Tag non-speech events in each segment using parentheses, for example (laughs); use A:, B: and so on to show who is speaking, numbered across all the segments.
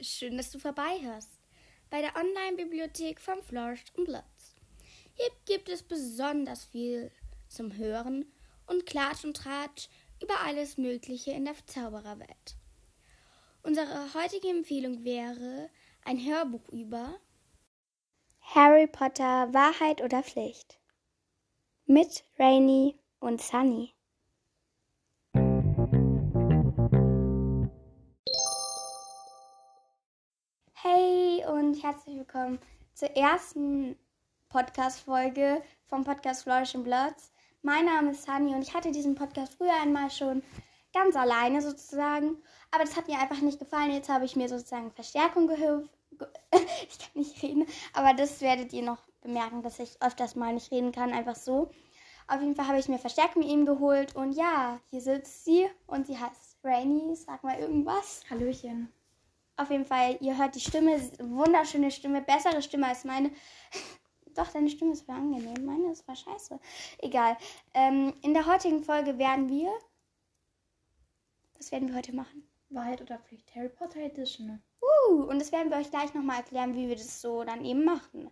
A: Schön, dass du vorbeihörst. Bei der Online-Bibliothek von Florst und Blitz. Hier gibt es besonders viel zum Hören und Klatsch und Tratsch über alles Mögliche in der Zaubererwelt. Unsere heutige Empfehlung wäre ein Hörbuch über Harry Potter Wahrheit oder Pflicht mit Rainy und Sunny. Hey und herzlich willkommen zur ersten Podcast-Folge vom Podcast Flourish and Bloods. Mein Name ist Sunny und ich hatte diesen Podcast früher einmal schon ganz alleine sozusagen. Aber das hat mir einfach nicht gefallen. Jetzt habe ich mir sozusagen Verstärkung gehört. (laughs) Ich kann nicht reden, aber das werdet ihr noch bemerken, dass ich öfters mal nicht reden kann, einfach so. Auf jeden Fall habe ich mir Verstärkung eben geholt und ja, hier sitzt sie und sie heißt Rainy. Sag mal irgendwas.
B: Hallöchen.
A: Auf jeden Fall, ihr hört die Stimme, wunderschöne Stimme, bessere Stimme als meine. (laughs) Doch, deine Stimme ist voll angenehm, meine ist voll scheiße. Egal. Ähm, in der heutigen Folge werden wir. Was werden wir heute machen?
B: Wahrheit oder Pflicht? Harry Potter Edition.
A: Uh, und das werden wir euch gleich nochmal erklären, wie wir das so dann eben machen.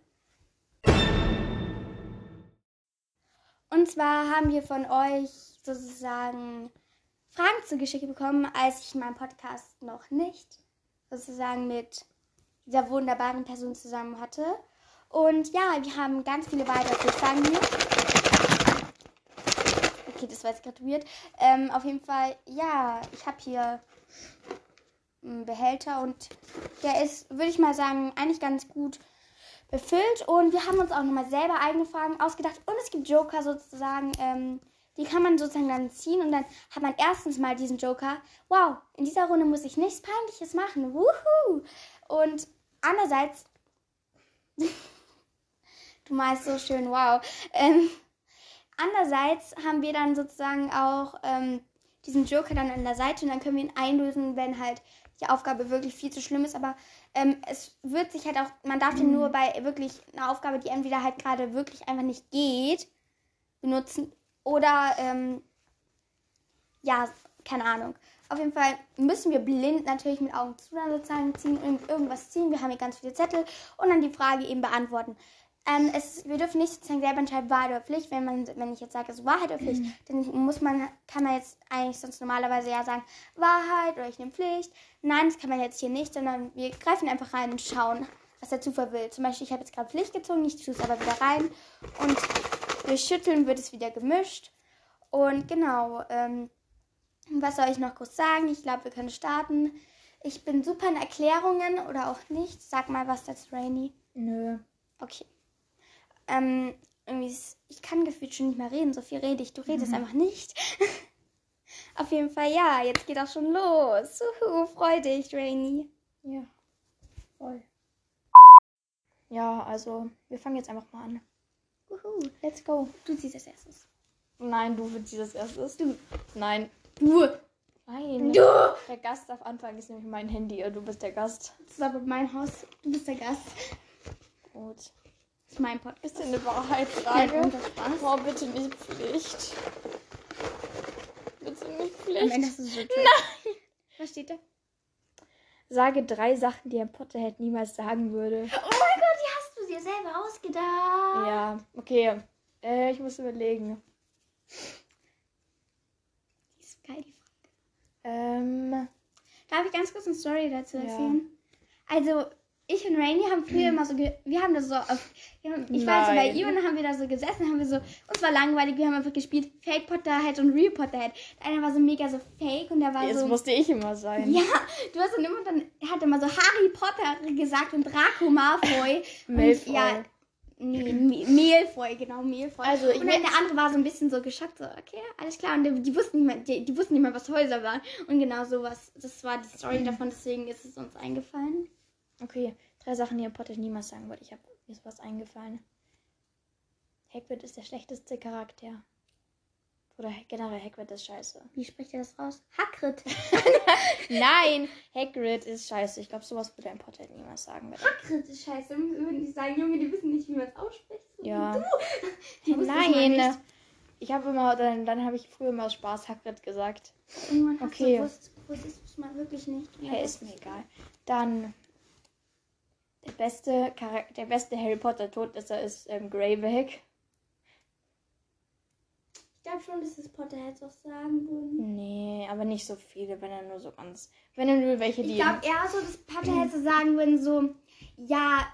A: Und zwar haben wir von euch sozusagen Fragen zugeschickt bekommen, als ich meinen Podcast noch nicht sozusagen mit dieser wunderbaren Person zusammen hatte. Und ja, wir haben ganz viele weitere Fragen hier. Okay, das war jetzt gerade weird. Ähm, auf jeden Fall, ja, ich habe hier einen ähm, Behälter und der ist, würde ich mal sagen, eigentlich ganz gut befüllt. Und wir haben uns auch nochmal selber eigene Fragen ausgedacht. Und es gibt Joker sozusagen, ähm, die kann man sozusagen dann ziehen. Und dann hat man erstens mal diesen Joker. Wow, in dieser Runde muss ich nichts Peinliches machen. Wuhu! Und andererseits, (laughs) du malst so schön, wow. Ähm, andererseits haben wir dann sozusagen auch ähm, diesen Joker dann an der Seite und dann können wir ihn einlösen, wenn halt die Aufgabe wirklich viel zu schlimm ist. Aber ähm, es wird sich halt auch, man darf den nur bei wirklich einer Aufgabe, die entweder halt gerade wirklich einfach nicht geht, benutzen oder ähm, ja, keine Ahnung. Auf jeden Fall müssen wir blind natürlich mit Augen zu dann sozusagen ziehen und irgendwas ziehen. Wir haben hier ganz viele Zettel und dann die Frage eben beantworten. Ähm, es, wir dürfen nicht sozusagen selber entscheiden, Wahrheit oder Pflicht. Wenn, man, wenn ich jetzt sage, so Wahrheit oder Pflicht, dann muss man, kann man jetzt eigentlich sonst normalerweise ja sagen, Wahrheit oder ich nehme Pflicht. Nein, das kann man jetzt hier nicht, sondern wir greifen einfach rein und schauen, was der Zufall will. Zum Beispiel, ich habe jetzt gerade Pflicht gezogen, ich tue es aber wieder rein und durch Schütteln wird es wieder gemischt. Und genau, ähm, was soll ich noch kurz sagen? Ich glaube, wir können starten. Ich bin super in Erklärungen oder auch nicht. Sag mal was dazu, Rainy.
B: Nö.
A: Okay. Ähm, irgendwie ist, ich kann gefühlt schon nicht mehr reden, so viel rede ich. Du redest einfach nicht. (laughs) Auf jeden Fall, ja, jetzt geht auch schon los. Uhu, freu dich, Rainy.
B: Ja. Voll. Ja, also, wir fangen jetzt einfach mal an.
A: Uhu,
B: Let's go.
A: du ziehst als erstes.
B: Nein, du willst dieses erstes. Du. Nein.
A: Du!
B: Nein.
A: Du!
B: Der Gast auf Anfang ist nämlich mein Handy. Also, Du bist der Gast.
A: Das ist aber mein Haus. Du bist der Gast.
B: Gut.
A: Das ist mein Podcast.
B: Ist denn
A: (laughs)
B: eine
A: Nein,
B: Wahrheitsfrage?
A: unter Spaß.
B: Oh, bitte nicht Pflicht. Bitte nicht
A: Am Ende
B: Pflicht.
A: hast du so Nein! Was steht da? Oh
B: Sage drei Sachen, die ein Potterhead niemals sagen würde.
A: Oh mein Gott, die hast du dir selber ausgedacht.
B: Ja, okay. Äh, ich muss überlegen.
A: Die ist geil, die Frage.
B: Ähm,
A: Darf ich ganz kurz eine Story dazu
B: Ja. Mhm.
A: erzählen? Also, ich und Rainy haben früher immer so, ge wir haben das so, auf, wir haben, ich war so bei
B: Nein.
A: ihr und dann haben wir da so gesessen, haben wir so, uns war langweilig, wir haben einfach gespielt Fake Potterhead und Real Potterhead. Der eine war so mega so fake und der war
B: jetzt
A: so,
B: musste ich immer sein.
A: ja, du hast dann immer, dann er hat immer so Harry Potter gesagt und Draco Malfoy.
B: Malfoy.
A: Und, ja, nee, Me- Malfoy, genau, Malfoy.
B: Also, ich
A: und dann der andere war so ein bisschen so geschockt, so, okay, alles klar. Und die, die wussten nicht mehr, die, die wussten nicht mehr, was Häuser waren. Und genau sowas, das war die
B: Mhm.
A: Story davon, deswegen ist es uns eingefallen.
B: Okay, drei Sachen, die Harry Potter niemals sagen würde. Ich habe mir ist was eingefallen. Hagrid ist der schlechteste Charakter. Oder generell Hagrid ist scheiße.
A: Wie spricht er das raus? Hagrid.
B: (laughs) Nein, Hagrid ist scheiße. Ich glaube, sowas würde ein Potter niemals sagen. (laughs) Würde.
A: Hagrid ist scheiße. Würden die sagen, Junge, die wissen nicht, wie man es ausspricht. So,
B: Ja.
A: Die wussten es mal
B: Nein.
A: nicht.
B: Ich habe immer, dann, dann habe ich früher mal aus Spaß Hagrid gesagt.
A: Irgendwann hast
B: Okay.
A: du gewusst. Wo es ist, muss man wirklich nicht.
B: Ja, ist mir egal. Dann der beste, Charak der beste Harry Potter Todesser ist ähm, Greyback.
A: Ich glaube schon, dass das Potterheads auch sagen würden.
B: Nee, aber nicht so viele, wenn er nur so ganz. Wenn er nur welche, die.
A: Ich
B: (laughs)
A: glaube eher so, dass Potterheads so sagen würden, so, ja.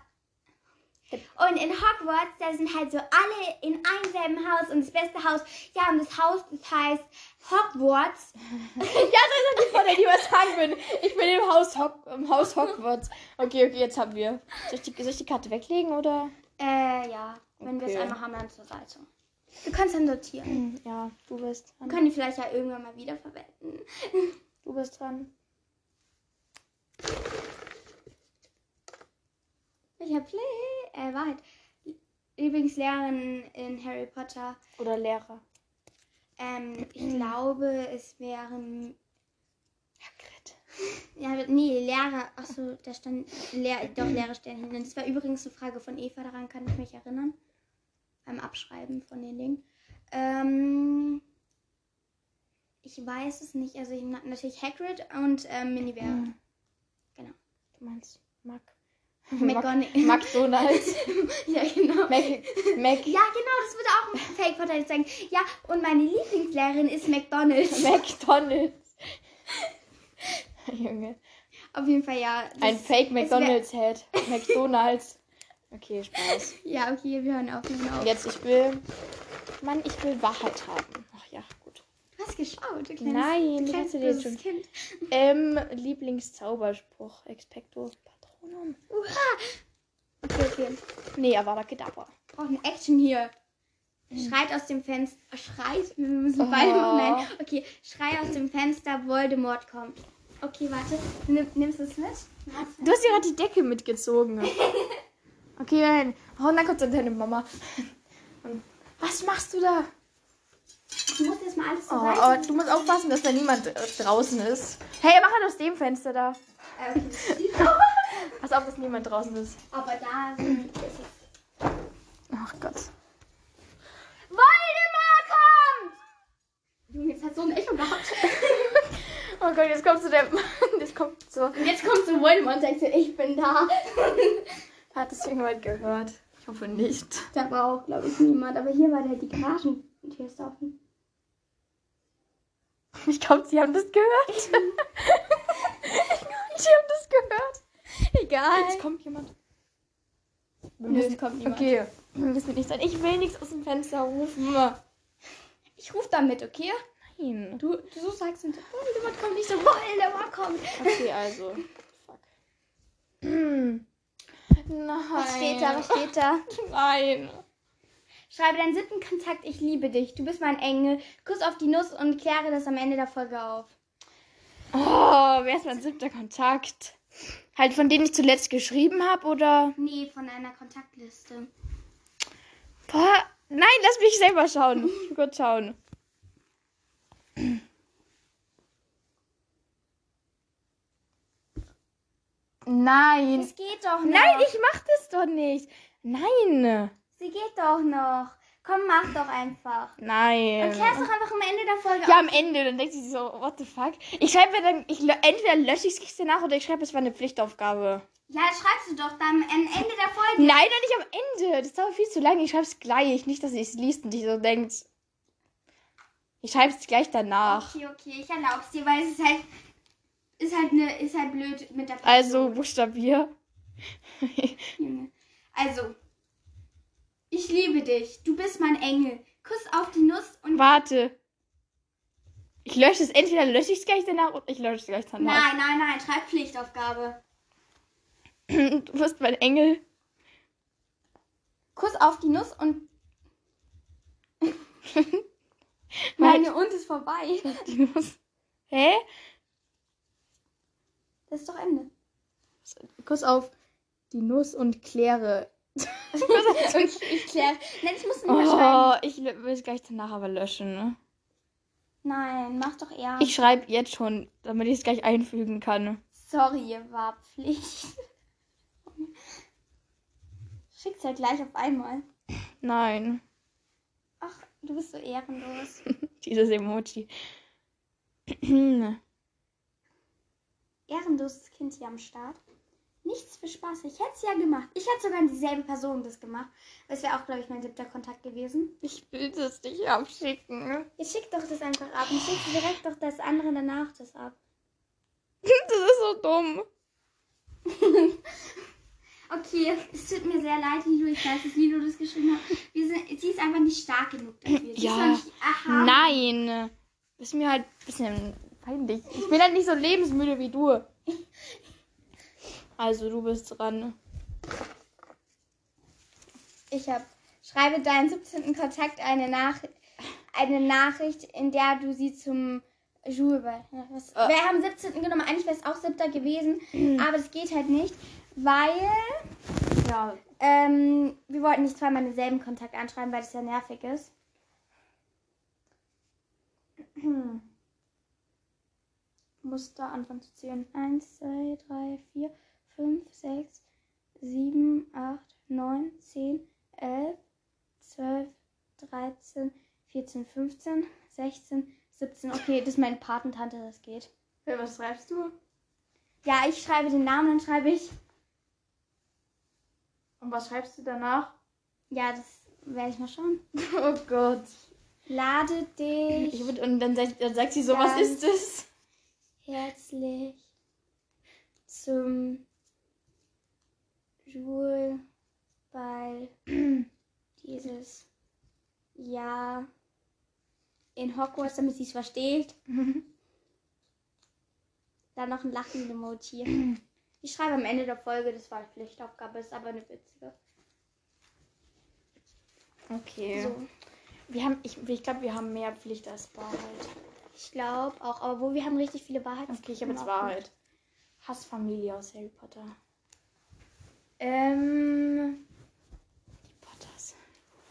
A: Und in Hogwarts, da sind halt so alle in einem selben Haus und das beste Haus, ja, und das Haus, das heißt Hogwarts.
B: Ja, das ist die Potter, die was sagen würden. Ich bin im Haus, Hog im Haus Hogwarts. Okay, okay, jetzt haben wir. Soll ich die, soll ich die Karte weglegen oder?
A: Äh, ja. Wenn wir es
B: Okay.
A: einmal haben, dann zur Seite. Wir können es dann sortieren.
B: Hm, Ja, du bist
A: Wir
B: dran.
A: können die vielleicht ja irgendwann mal wiederverwenden.
B: Du bist dran.
A: Welcher Play? Äh, Wahrheit. Lieblingslehrerin in Harry Potter.
B: Oder Lehrer.
A: Ähm, ich glaube, es wären.
B: Hagrid.
A: Ja, nee, Lehrer. Achso, da stand. Lehr, doch, Lehrer stellen hin. Das war übrigens eine Frage von Eva, daran kann ich mich erinnern. Beim Abschreiben von den Dingen. Ähm. Ich weiß es nicht. Also, ich, na- natürlich Hagrid und ähm, Minibear.
B: Mhm.
A: (laughs) Genau.
B: Du meinst Mac. (laughs)
A: McGonagall.
B: Mac McDonalds.
A: (laughs) ja, genau.
B: Mac. Mac.
A: ja, genau, das würde auch ein Fake Potter sagen. Ja, und meine Lieblingslehrerin ist
B: (laughs)
A: McDonalds.
B: McDonalds. (laughs) Junge.
A: Auf jeden Fall, ja. das-
B: Ein Fake
A: wär-
B: McDonalds-Head. McDonalds. Okay, Spaß.
A: Ja, okay, wir hören auf. Wir hören auf.
B: Jetzt, ich will. Mann, ich will Wahrheit haben. Ach ja, gut.
A: Du hast geschaut, du kleines,
B: Nein,
A: kleines
B: kannst du dir
A: böses
B: schon.
A: Kind.
B: Ähm, Lieblingszauberspruch. Expecto Patronum.
A: Okay, okay.
B: Nee, Avada Kedavra.
A: Wir brauchen Action hier. Schreit aus dem Fenster. Oh, Schreit. Wir müssen
B: Oh.
A: beide machen. Nein. Okay, schrei aus dem Fenster, Voldemort kommt. Okay, warte. Nimm, nimmst du es mit? Was?
B: Du hast ja gerade die Decke mitgezogen. (laughs) Okay, nein. Oh, und dann kommt dann deine Mama. Und, was machst du da?
A: Du musst jetzt mal alles zur
B: Oh,
A: Seite.
B: oh, du musst aufpassen, dass da niemand äh, draußen ist. Hey, mach halt aus dem Fenster da.
A: Äh, okay, das sieht-
B: Pass auf, dass niemand draußen ist.
A: Aber da sind- ist es.
B: Ach Gott.
A: Voldemort kommt! Junge, jetzt hat so ein Echo gehabt.
B: Oh Gott, jetzt kommt so der (laughs) Jetzt kommt so.
A: Jetzt kommt so Voldemort und sagt so, ich bin da. (laughs)
B: Hat es irgendjemand gehört? Ich hoffe nicht.
A: Da war auch, glaube ich, niemand. Aber hier war der die Garagentür ist offen.
B: Ich glaube, sie haben das gehört. ich (laughs) glaube, sie haben das gehört. Egal. Jetzt kommt jemand.
A: Nö, es kommt niemand.
B: Okay. Das wird nicht sein. Ich will nichts aus dem Fenster rufen.
A: Ich rufe damit, okay?
B: Nein.
A: Du, du so sagst und so, Voldemort kommt nicht so, Voldemort kommt.
B: Okay, also. Fuck. Nein.
A: Was steht da? Was steht da?
B: Nein.
A: (laughs) Schreibe deinen siebten Kontakt, ich liebe dich. Du bist mein Engel. Kuss auf die Nuss und kläre das am Ende der Folge auf.
B: Oh, wer ist mein siebter Kontakt? Halt von denen ich zuletzt geschrieben habe, oder?
A: Nee, von einer Kontaktliste.
B: Boah, nein, lass mich selber schauen. Ich will kurz schauen. Nein.
A: Es geht doch noch.
B: Nein, ich mach das doch nicht. Nein.
A: Sie geht doch noch. Komm, mach doch einfach.
B: Nein.
A: Und klär es doch einfach am Ende der Folge
B: Ja, am Ende, dann denkt sie sich so, what the fuck? Ich schreibe mir dann, ich, lö- entweder lösche ich es danach oder ich schreibe, es war eine Pflichtaufgabe.
A: Ja, das schreibst du doch dann am Ende der Folge.
B: Nein, doch nicht am Ende. Das dauert viel zu lange. Ich schreibe es gleich. Nicht, dass ihr es liest und dich so denkt. Ich schreibe es gleich danach.
A: Okay, okay, ich erlaub's dir, weil es ist halt. Ist halt, ne, ist halt blöd mit der
B: Also, Buchstabier.
A: Junge. Also, ich liebe dich. Du bist mein Engel. Kuss auf die Nuss und.
B: Warte. Ich lösche es entweder lösche ich es gleich danach oder ich lösche es gleich danach.
A: Nein, nein, nein, schreib Pflichtaufgabe.
B: Du wirst mein Engel.
A: Kuss auf die Nuss (laughs) und.
B: Meine
A: Meine Und ist vorbei.
B: Du wirst- Hä?
A: Das ist doch Ende.
B: Kuss auf die Nuss und (laughs) kläre.
A: und ich kläre. Nein, das musst du nicht mehr schreiben.
B: Oh, ich lö- will es gleich danach aber löschen. Ne?
A: Nein, mach doch eher.
B: Ich schreibe jetzt schon, damit ich es gleich einfügen kann.
A: Sorry, war Pflicht. (laughs) Schick's halt gleich auf einmal.
B: Nein.
A: Ach, du
B: (clears throat)
A: bist so ehrenlos.
B: Dieses Emoji.
A: ehrenloses Kind hier am Start. Nichts für Spaß. Ich hätte es ja gemacht. Ich hätte sogar an dieselbe Person das gemacht. Das wäre auch, glaube ich, mein siebter Kontakt gewesen.
B: Ich will das nicht abschicken.
A: Ihr schickt doch das einfach ab und schickt direkt doch das andere danach das ab.
B: Das ist so dumm.
A: Okay, es tut mir sehr leid, Lilo. Ich weiß nicht, wie du das geschrieben hast. Wir sind, sie ist einfach nicht stark genug dafür. Sie
B: Ja.
A: Ist noch nicht erhaben.
B: Nein. Ist mir halt ein bisschen peinlich. Ich bin halt nicht so lebensmüde wie du. Also, du bist dran.
A: Ich hab, schreibe deinen 17. Kontakt eine, Nach eine Nachricht, in der du sie zum Schulball. Was,
B: Äh. Mhm.
A: Wir haben 17. genommen. Eigentlich wäre es auch 7. gewesen, aber das geht halt nicht, weil
B: Ja. (clears throat)
A: ähm, wir wollten nicht zweimal denselben Kontakt anschreiben, weil das ja nervig ist.
B: Muss da anfangen zu zählen.
A: 1, 2, 3, 4, 5, 6, 7, 8, 9, 10, 11, 12, 13, 14, 15, 16, 17. Okay, das ist meine Patentante, das geht.
B: Was schreibst du?
A: Ja, ich schreibe den Namen, dann schreibe ich.
B: Und was schreibst du danach?
A: Ja, das werde ich mal schauen.
B: (laughs) Oh Gott.
A: Lade dich
B: Ich würd, und dann, sagt- dann sagt sie so,
A: Ja.
B: was ist das?
A: herzlich zum Schulball (clears throat) dieses Jahr in Hogwarts, damit sie es
B: (laughs)
A: versteht. Dann noch ein Lachen-Emoji. Ich schreibe am Ende der Folge, das war eine Pflichtaufgabe, ist aber eine witzige.
B: Okay.
A: So,
B: Wir haben, ich ich glaube, wir haben mehr Pflicht als Wahrheit.
A: ich glaube auch, aber wo wir haben richtig viele Wahrheiten.
B: Okay, ich habe jetzt Wahrheit. Hassfamilie aus Harry Potter. Ähm. Die Potters.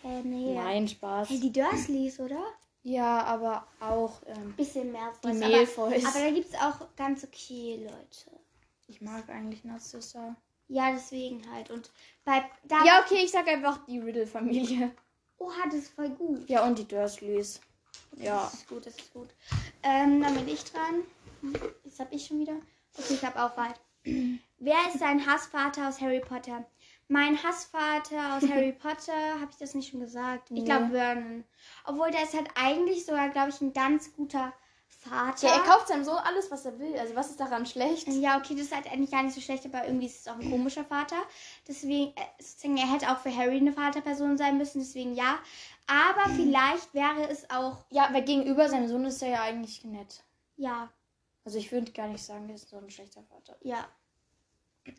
A: Äh, nee.
B: Nein, Spaß.
A: Hey, die Dursleys, oder?
B: Ja, aber auch. Ähm,
A: Bisschen mehr als
B: Die
A: Boys,
B: Malfoys.
A: Aber, aber da gibt es auch ganz okay Leute.
B: ich mag eigentlich Narcissa.
A: Ja, deswegen halt. Und bei da.
B: Ja, okay, ich sag einfach die Riddle-Familie. (laughs)
A: Oha, das ist voll gut.
B: Ja, und die Dursleys. Ja.
A: Das ist gut, das ist gut. Ähm, dann bin ich dran. Hm, Jetzt hab ich schon wieder. Okay, ich hab auch
B: (clears throat)
A: weit. Wer ist dein Hassvater aus Harry Potter? Mein Hassvater
B: (laughs)
A: aus Harry Potter, habe ich das nicht schon gesagt? Ich
B: Nee.
A: glaube Vernon. Obwohl, der ist halt eigentlich sogar, glaube ich, ein ganz guter Vater.
B: Ja, er kauft seinem Sohn alles, was er will. Also, was ist daran schlecht?
A: Ja, okay, das ist halt eigentlich gar nicht so schlecht, aber irgendwie ist es auch ein komischer Vater. Deswegen, äh, sozusagen, er hätte auch für Harry eine Vaterperson sein müssen, deswegen ja. Aber
B: Mhm.
A: vielleicht wäre es auch,
B: Ja, weil gegenüber seinem Sohn ist er ja eigentlich nett.
A: ja,
B: Also, ich würde gar nicht sagen, der ist so ein schlechter Vater.
A: ja,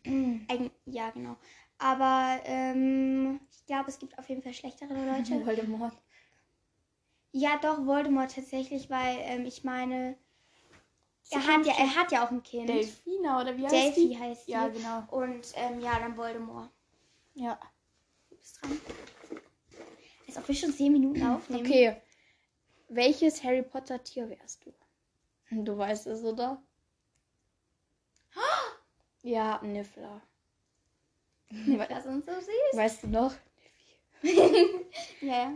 B: Mhm.
A: eigen, ja, genau. Aber ähm, ich glaube, es gibt auf jeden Fall schlechtere
B: Mhm.
A: Leute.
B: Voldemort.
A: Ja, doch, Voldemort tatsächlich, weil ähm, ich meine,
B: Sie
A: er hat, ja, er hat ja auch ein Kind.
B: Delfina oder wie heißt
A: Delphi
B: die?
A: heißt sie.
B: Ja, genau.
A: Und ähm, ja, dann Voldemort.
B: Ja.
A: Du bist dran. Als ob wir schon 10 Minuten aufnehmen. (laughs)
B: Mhm. Okay. Welches Harry Potter Tier wärst du? Hm, Du weißt es, oder? (gasps) Ja, Niffler.
A: Das sind so süß.
B: Weißt du noch?
A: Ja, ja.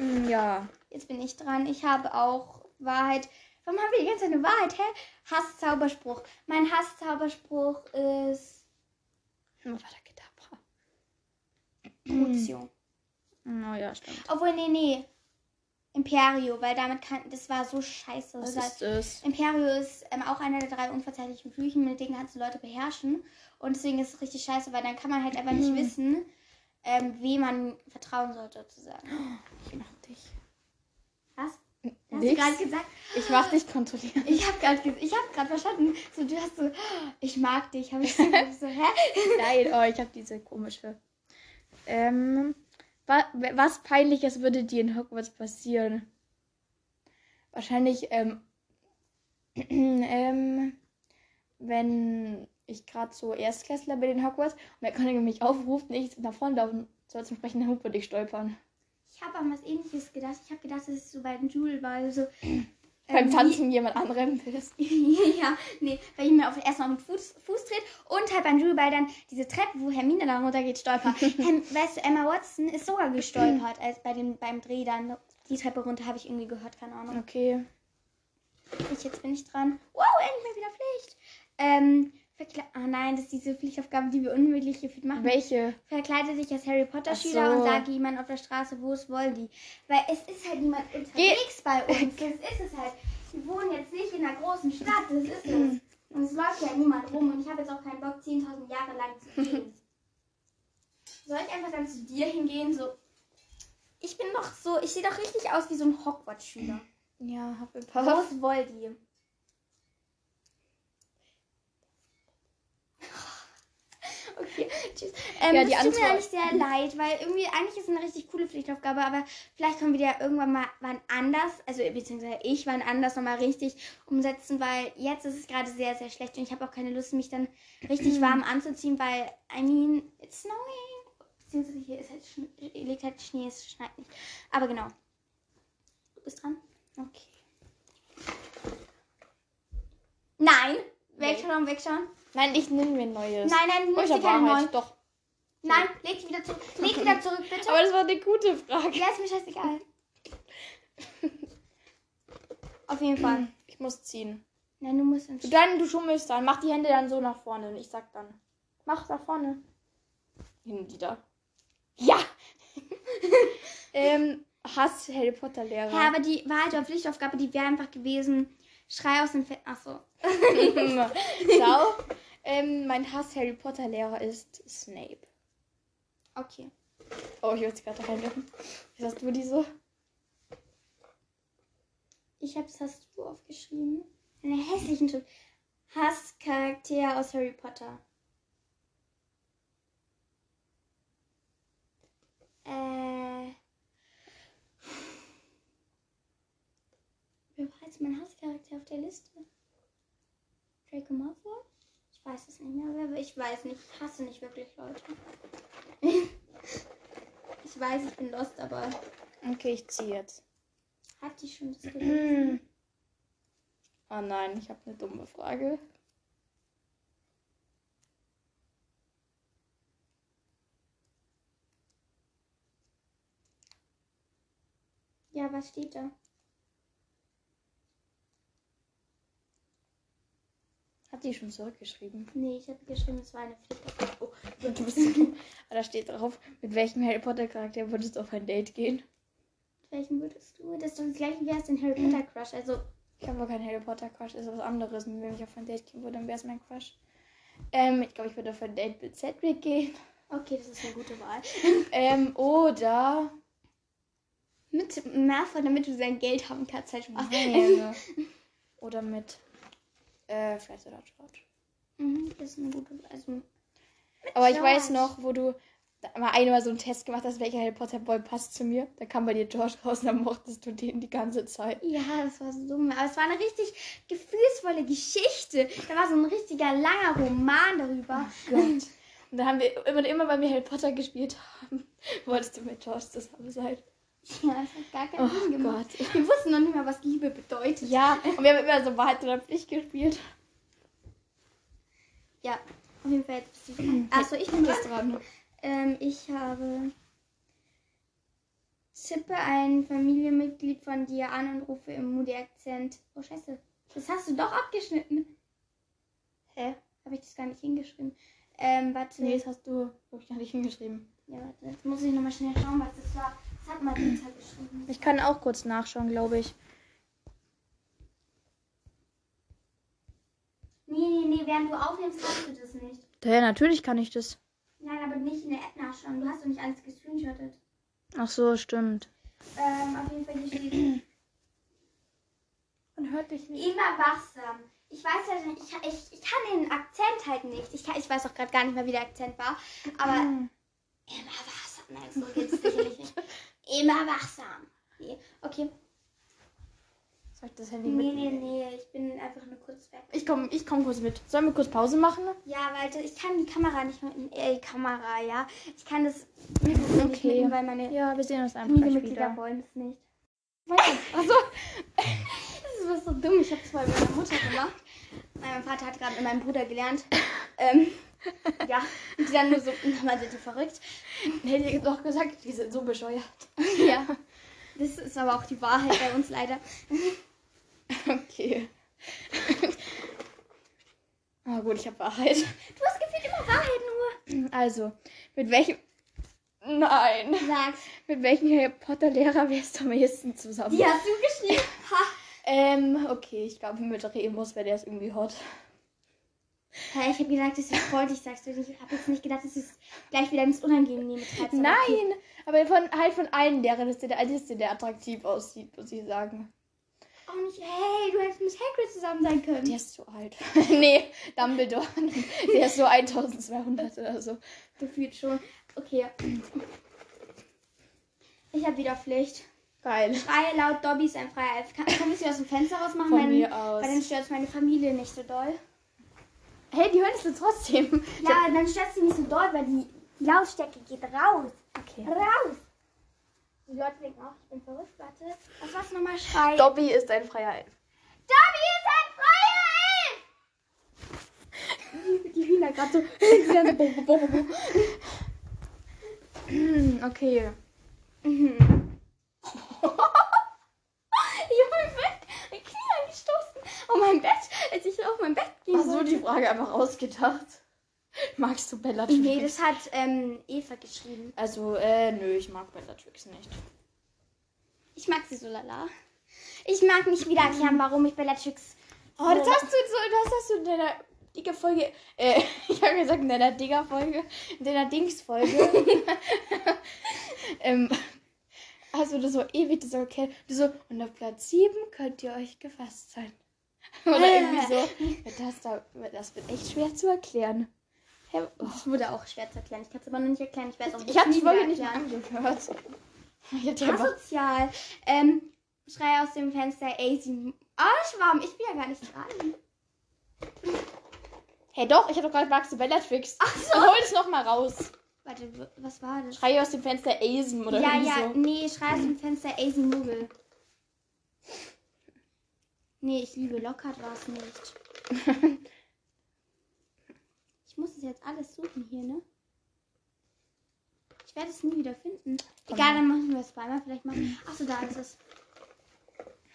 B: Mm, Ja.
A: Jetzt bin ich dran. Ich habe auch Wahrheit. Warum haben wir die ganze Zeit eine Wahrheit? Hä? Hasszauberspruch. Mein Hasszauberspruch ist
B: Avada
A: Crucio.
B: Oh ja, stimmt.
A: Obwohl, nee, nee. Imperio, weil damit kann. Das war so scheiße.
B: Was
A: Das
B: ist es?
A: Imperio ist ähm, auch einer der drei unverzeihlichen Flüchen, mit denen kannst du Leute beherrschen. Und deswegen ist es richtig scheiße, weil dann kann man halt einfach nicht wissen, ähm, wem man vertrauen sollte, sozusagen.
B: Ich mach dich.
A: Was? Hast du
B: Nix.
A: gerade gesagt?
B: Ich mach dich
A: (laughs)
B: kontrollieren.
A: Ich habe gerade ich hab grad verstanden, so du hast so "Oh, ich mag dich, habe ich
B: (laughs)
A: so, so hä?
B: Nein, oh, ich hab diese komische. Ähm, wa was Peinliches würde dir in Hogwarts passieren? Wahrscheinlich, ähm, (clears throat) ähm, wenn ich gerade so Erstklässler bin in Hogwarts und der Kollege mich aufruft, nicht nach vorne laufen soll zum sprechenden Hut würde ich stolpern.
A: Ich habe an was ähnliches gedacht. Ich habe gedacht, dass es so bei den Jule war, so
B: (clears throat) Beim
A: ähm,
B: Tanzen jemand anrempelst.
A: (laughs) ja, nee, weil ich mir auf, erstmal auf den Fuß, Fuß dreht und halt beim Jewelball dann diese Treppe, wo Hermine dann runtergeht,
B: (laughs)
A: stolpert. Hem, weißt du, Emma Watson ist sogar
B: (clears throat)
A: gestolpert, als bei dem, beim Dreh dann die Treppe runter, habe ich irgendwie gehört, keine Ahnung.
B: Okay.
A: Ich, jetzt bin ich dran. Wow, endlich mal wieder Pflicht. Ähm, verkle Ach nein, das ist diese Pflichtaufgabe, die wir unmöglich gefühlt machen.
B: Welche?
A: Verkleide dich als Harry Potter
B: Ach
A: Schüler
B: so.
A: und sage jemand auf der Straße, wo ist Voldy? Weil es ist halt niemand unterwegs bei (laughs) uns. Das ist es halt. Wir wohnen jetzt nicht in einer großen Stadt, das ist (clears throat) es. Und es läuft ja niemand rum und ich habe jetzt auch keinen Bock, 10.000 Jahre lang zu (laughs) gehen. Soll ich einfach dann zu dir hingehen? So, ich bin doch so, ich sehe doch richtig aus wie so ein Hogwarts-Schüler.
B: Ja,
A: Wo
B: Hufflepuff.
A: ist Voldy? (laughs) Okay, tschüss. Ähm,
B: Ja,
A: das
B: die
A: tut mir
B: Antwort.
A: eigentlich sehr leid, weil irgendwie, eigentlich ist es eine richtig coole Pflichtaufgabe, aber vielleicht können wir die ja irgendwann mal wann anders, also beziehungsweise ich wann anders nochmal richtig umsetzen, weil jetzt ist es gerade sehr, sehr schlecht und ich habe auch keine Lust, mich dann richtig
B: Mm.
A: warm anzuziehen, weil, I mean, it's snowing. Beziehungsweise hier ist halt, Schn- liegt halt Schnee, es schneit nicht. Aber genau. Du bist dran? Okay. Nein! Wegschauen, wegschauen.
B: Nein, ich nehme mir ein neues.
A: Nein, nein, du nimmst
B: Furchtbar
A: dir keine neuen.
B: Wahrheit, doch.
A: Nein, leg die wieder zurück. Leg die wieder zurück, bitte.
B: Aber das war eine gute Frage.
A: ja, ist mir scheißegal. Auf jeden Fall.
B: Ich muss ziehen.
A: Nein, du musst uns.
B: Du, dann, du schummelst dann. Mach die Hände dann so nach vorne. Und ich sag dann. Mach nach vorne. Hin wieder. Ja! (laughs) ähm, Hass Harry Potter Lehrer.
A: Ja, aber die Wahrheit oder Pflichtaufgabe, die wäre einfach gewesen. Schrei aus dem Fenster. Achso.
B: (laughs) Ciao. Ähm, mein Hass Harry Potter Lehrer ist Snape.
A: Okay.
B: Oh, ich wollte es gerade reinwerfen. Was hast du die so?
A: Ich hab's, hast du aufgeschrieben? Eine hässlichen Schrift. Hasscharakter aus Harry Potter. Äh. Wer war jetzt mein Hasscharakter auf der Liste? Draco Malfoy? Ich weiß es nicht mehr. Wer war- Ich weiß nicht. Ich hasse nicht wirklich Leute. (laughs) ich weiß, ich bin lost, aber
B: Okay, ich ziehe jetzt.
A: hat die schon das gelesen?
B: Mm. Oh nein, ich habe eine dumme Frage.
A: Ja, was steht da?
B: Hat die schon zurückgeschrieben?
A: Nee, ich habe geschrieben, es war eine Pflichtaufgabe. Oh,
B: Und du bist Ah, da steht drauf, mit welchem Harry Potter Charakter würdest du auf ein Date gehen?
A: mit welchem würdest du? Das ist doch das gleiche wie erst den Harry Potter Crush. Also,
B: Ich habe keinen Harry Potter Crush, ist was anderes. Und wenn ich auf ein Date gehen würde, dann wäre es mein Crush. Ähm, ich glaube, ich würde auf ein Date mit Cedric gehen. (laughs)
A: okay, das ist eine gute Wahl.
B: Ähm, oder.
A: Mit Malfoy, damit du sein Geld haben kannst, halt schon mal.
B: Nein. (laughs) oder mit. Äh, vielleicht oder George.
A: Mhm, das ist eine gute Wahl. Also,
B: Aber ich
A: George.
B: weiß noch, wo du da mal einmal so einen Test gemacht hast, welcher Harry Potter Boy passt zu mir. Da kam bei dir George raus und dann mochtest du den die ganze Zeit.
A: ja, das war so dumm. Aber es war eine richtig gefühlsvolle Geschichte. Da war so ein richtiger langer Roman darüber.
B: Oh Gott. Und dann haben wir immer, immer weil wir Harry Potter gespielt haben, (laughs) wolltest du mit George zusammen sein.
A: Ja, das hat gar keinen
B: Oh
A: Sinn gemacht.
B: Gott.
A: Wir wussten noch nicht mal, was Liebe bedeutet.
B: Ja, und wir haben immer so Wahrheit oder Pflicht gespielt.
A: Ja, auf jeden Fall jetzt bist du dran. Achso, ich bin
B: Du
A: dran.
B: bist dran.
A: Ähm, ich habe Zippe ein Familienmitglied von dir an und rufe im Moody-Akzent. Oh, scheiße. Das hast du doch abgeschnitten. Hä? Habe ich das gar nicht hingeschrieben? Ähm, warte.
B: Nee, das hast du wirklich noch nicht hingeschrieben.
A: Ja, warte. Jetzt muss ich nochmal schnell schauen, was das war. Das hat Marita geschrieben.
B: Ich kann auch kurz nachschauen, glaube ich.
A: Nee, nee, nee. Während du aufnimmst, hast du das nicht.
B: Daher natürlich kann ich das.
A: Nein, aber nicht in der App nachschauen. Du hast doch nicht alles gescreenshottet.
B: Ach so, stimmt.
A: Ähm, auf jeden Fall hier steht...
B: Man hört dich
A: Immer wachsam. Ich weiß ja nicht, ich, ich, ich kann den Akzent halt nicht. Ich, kann, ich weiß auch gerade gar nicht mehr, wie der Akzent war. Aber
B: Mhm.
A: immer wachsam. Nein, so geht es sicherlich nicht. Immer wachsam. Nee. Okay.
B: Soll ich das Handy
A: Nee, nee,
B: mitnehmen?
A: nee. Ich bin einfach nur kurz weg.
B: Ich komme ich komm kurz mit. Sollen wir kurz Pause machen?
A: Ja, weil das- ich kann die Kamera nicht mehr. Äh, die Kamera, ja. Ich kann das Mikrofon nicht
B: Okay.
A: mitnehmen, weil meine
B: Ja, wir sehen uns einfach gleich
A: Familienmitglieder
B: wieder.
A: wollen es nicht.
B: (laughs) Achso.
A: Das ist was so dumm. Ich habe das mal bei meiner Mutter gemacht. Mein Vater hat gerade mit meinem Bruder gelernt.
B: (laughs)
A: ähm, ja. Und die dann nur so, (laughs) nochmal sind die verrückt.
B: Hätte ich doch gesagt, die sind so bescheuert.
A: Ja. Das ist aber auch die Wahrheit bei uns leider.
B: Okay. (laughs) Ah gut, ich habe Wahrheit.
A: Du hast gefühlt immer Wahrheit
B: Also, mit welchem. Nein.
A: nur. Sag's.
B: Mit welchem Harry Potter-Lehrer wärst du am ehesten zusammen?
A: Die hast du geschrieben. Ha.
B: Ähm, okay, ich glaube mit Remus wäre der ist irgendwie hot.
A: Hä, ich habe gedacht, es ist freundlich, sagst du. Ich habe jetzt nicht gedacht, es ist gleich wieder ins Unangenehme treibt.
B: Nein! Aber von, halt von allen Lehrern ist der der einzige, der attraktiv aussieht, muss ich sagen.
A: Auch nicht, hey, du hättest mit Hagrid zusammen sein können.
B: Der ist so alt. (laughs) nee, Dumbledore. der ist so 1200 oder so.
A: Gefühlt schon. Okay. Ich habe wieder Pflicht.
B: Geil.
A: Freie laut Dobby ist ein freier Elf. Kann, kann ich sie aus dem Fenster rausmachen?
B: Von
A: Weil-
B: mir aus.
A: Weil dann stört meine Familie nicht so doll.
B: Hey, die hören es jetzt trotzdem. (laughs)
A: Ja, dann stört sie nicht so doll, weil die Lautstärke geht raus.
B: Okay.
A: Raus! Die Leute denken auch, ich bin verrückt. Warte. Was war's nochmal? Schrei.
B: Dobby ist ein freier Elf.
A: Dobby ist ein freier Elf!
B: Die
A: (laughs)
B: Hühner gerade so. die dann so bo- bo- bo- bo- bo. Hm, okay.
A: Mhm. ich habe mein Knie angestoßen. Auf mein Bett, als ich auf mein Bett ging.
B: Ach so, die Frage einfach rausgedacht. Hm. Magst du Bellatrix?
A: nee, das hat ähm, Eva geschrieben.
B: also, äh, nö, ich mag Bellatrix nicht.
A: Ich mag sie so lala. Ich mag nicht wieder erklären, warum ich Bellatrix.
B: Oh, das hast du, so, das hast du in deiner Digger-Folge, äh, (laughs) ich habe gesagt in deiner Digger-Folge, in deiner Dings-Folge. (laughs) ähm, hast du das so ewig, das so erklärt. Du so, und auf Platz 7 könnt ihr euch gefasst sein. (laughs) Oder irgendwie
A: (laughs)
B: so. Das, da, das wird echt schwer zu erklären. Hä? Oh.
A: Das wurde auch schwer zu erklären. Ich kann es aber noch nicht erklären. Ich werde es auch
B: Ich habe die
A: nie wieder
B: Folge nicht mehr
A: erklären. (laughs)
B: angehört. Ich hab die einfach-
A: Asozial. Ähm, schrei aus dem Fenster, ey, sie. Arschwarm, ich bin ja gar nicht dran.
B: Hey doch, ich hab doch gerade Max Bellatrix.
A: Ach so.
B: Hol es nochmal raus.
A: Warte, w- was war das?
B: Schreie aus dem Fenster Asen oder
A: ja,
B: irgendwie
A: ja,
B: so.
A: nee, schrei aus dem Fenster, ey, sie Muggel. Nee, ich liebe Lockhart war es nicht.
B: (laughs)
A: ich muss es jetzt alles suchen hier, ne? Ich werde es nie wieder finden.
B: Komm.
A: Egal, dann machen wir es zweimal. Vielleicht machen Achso, da ist es.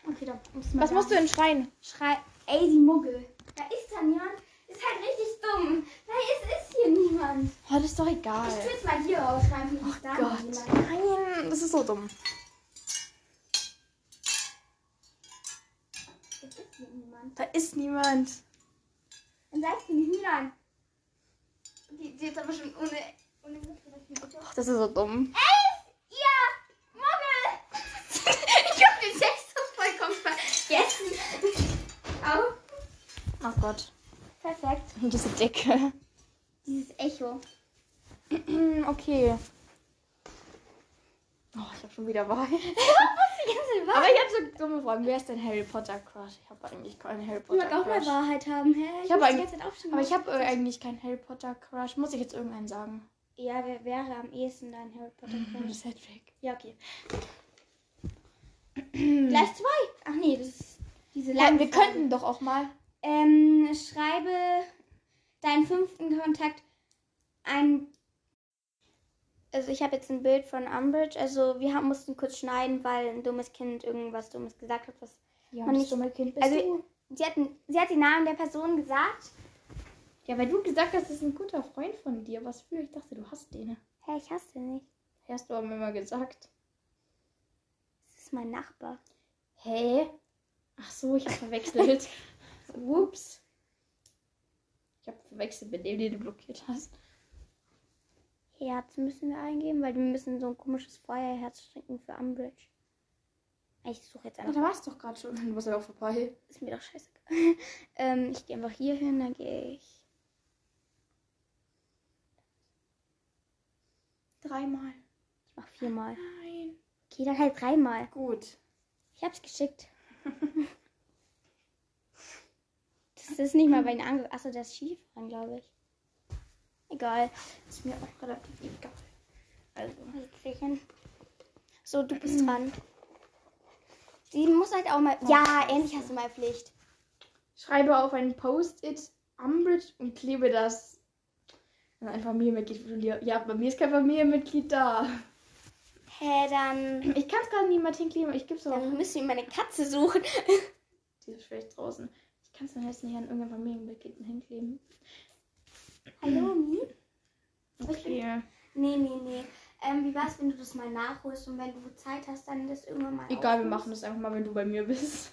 A: Okay, dann muss man
B: Was musst du denn schreien?
A: Schrei, ey, sie Muggel. Da ist dann jemand. Ist halt richtig dumm. Da ist, ist hier niemand.
B: Oh, das ist doch egal.
A: Ich tue jetzt mal hier aufschreiben, wie ich da
B: Oh Gott. Nein, das ist so dumm.
A: Es ist hier niemand.
B: Da ist niemand.
A: Dann sagst du nicht Milan. Die, die ist aber schon ohne. ohne
B: Ach, das ist so dumm.
A: ja! Muggel! (laughs) ich hab den Text so vollkommen vergessen. Au.
B: Oh (laughs) Gott.
A: Perfekt.
B: Und diese Decke.
A: Dieses Echo.
B: (clears throat) okay. Oh, ich hab schon wieder (laughs) Wahrheit.
A: Die ganze
B: Aber ich hab so dumme Fragen. Wer ist denn Harry Potter Crush? Ich habe eigentlich keinen Harry
A: Ich
B: Potter
A: mag auch mal
B: Crush.
A: Wahrheit haben, hä?
B: Ich hab
A: muss die
B: eigentlich-
A: ganze Zeit aufschreiben.
B: Aber ich äh, habe eigentlich keinen Harry Potter Crush. Muss ich jetzt irgendeinen sagen?
A: Ja, wer wäre am ehesten dein Harry
B: Mhm.
A: Potter Crush?
B: Cedric.
A: Ja, okay. Gleich zwei. Ach nee, das ist diese lange
B: wir
A: Frage.
B: könnten doch auch mal.
A: Ähm, schreibe deinen fünften Kontakt ein. Also ich habe jetzt ein Bild von Umbridge. Also wir haben, mussten kurz schneiden, weil ein dummes Kind irgendwas Dummes gesagt hat. Was
B: Ja,
A: Man nicht-
B: mein Kind
A: also- sie, hat, den- sie hat den Namen der Person gesagt.
B: Ja, weil du gesagt hast, das ist ein guter Freund von dir. Was für? Ich dachte, du hast den.
A: Hä, hey, ich hasse den nicht.
B: Hast du aber immer gesagt.
A: Das ist mein Nachbar.
B: Hä? Ach so, ich habe verwechselt. (laughs) Ups. Ich habe verwechselt mit dem, den du blockiert hast.
A: Herz müssen wir eingeben, weil wir müssen so ein komisches Feuerherz schenken für Umbridge. Ich suche jetzt
B: Ach,
A: einfach.
B: da warst du doch gerade schon. Du warst ja auch vorbei.
A: Ist mir doch scheißegal. (laughs) ähm, ich gehe einfach hier hin, dann gehe ich
B: Dreimal.
A: Ich mach viermal.
B: Nein.
A: Okay, dann halt dreimal.
B: Gut.
A: Ich hab's geschickt. das ist nicht mal bei den Ange... Achso, das ist Skifahren, glaube ich. Egal.
B: Ist mir auch relativ egal. Also.
A: Jetzt geh ich hin. So, du bist dran. Sie muss halt auch mal... Ja, endlich hast du mal Pflicht.
B: Schreibe auf ein Post-it Umbridge und klebe das an ein Familienmitglied von dir. Ja, bei mir ist kein Familienmitglied da.
A: Hä,
B: (clears throat)
A: dann...
B: Ich kann es gerade niemand hinkleben, ich gebe es aber.
A: Dann müssen wir meine Katze suchen.
B: Die ist vielleicht draußen. Ich Kannst du jetzt nicht an irgendeinem Familienmitglied hinkleben?
A: Hallo, Mi?
B: Okay.
A: Nee, nee, nee. Ähm, wie wär's, wenn du das mal nachholst und wenn du Zeit hast, dann das irgendwann mal.
B: Egal, wir
A: aufnimmst?
B: machen das einfach mal, wenn du bei mir bist.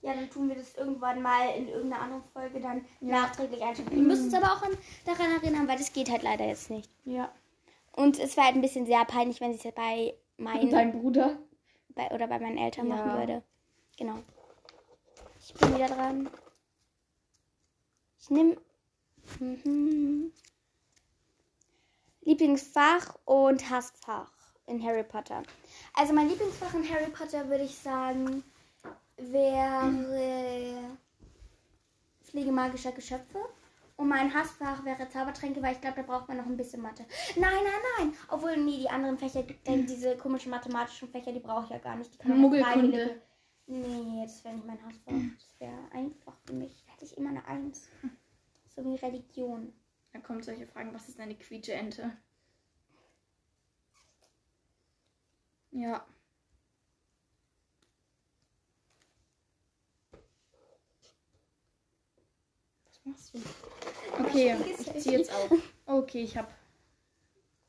A: Ja, dann tun wir das irgendwann mal in irgendeiner anderen Folge dann
B: Ja.
A: nachträglich einschalten. Wir müssen uns aber auch an, daran erinnern, weil das geht halt leider jetzt nicht.
B: Ja.
A: Und es wäre halt ein bisschen sehr peinlich, wenn ich es halt bei meinen
B: Dein Bruder.
A: bei, oder bei meinen Eltern
B: Ja.
A: machen würde. Genau. Ich bin wieder dran. Ich nehme mhm. Lieblingsfach und Hassfach in Harry Potter. Also mein Lieblingsfach in Harry Potter würde ich sagen wäre Pflege magischer Geschöpfe. Und mein Hassfach wäre Zaubertränke, weil ich glaube, da braucht man noch ein bisschen Mathe. Nein, nein, nein. Obwohl, nee, die anderen Fächer, denn diese komischen mathematischen Fächer, die brauche ich ja gar nicht. Die kann man
B: Muggelkunde.
A: reinigen. Nee, das wäre nicht mein Hassfach. Das wäre einfach für mich. Da hätte ich immer eine Eins. So wie Religion.
B: Dann kommen solche Fragen, was ist eine Quietscheente? Ja. Was machst du? Okay, ich ziehe jetzt auf. Okay, ich habe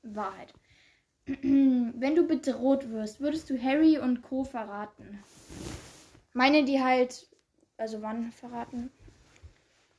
B: Wahrheit. (clears throat) Wenn du bitte rot wirst, würdest du Harry und Co. verraten? Meine, die halt. Also wann verraten?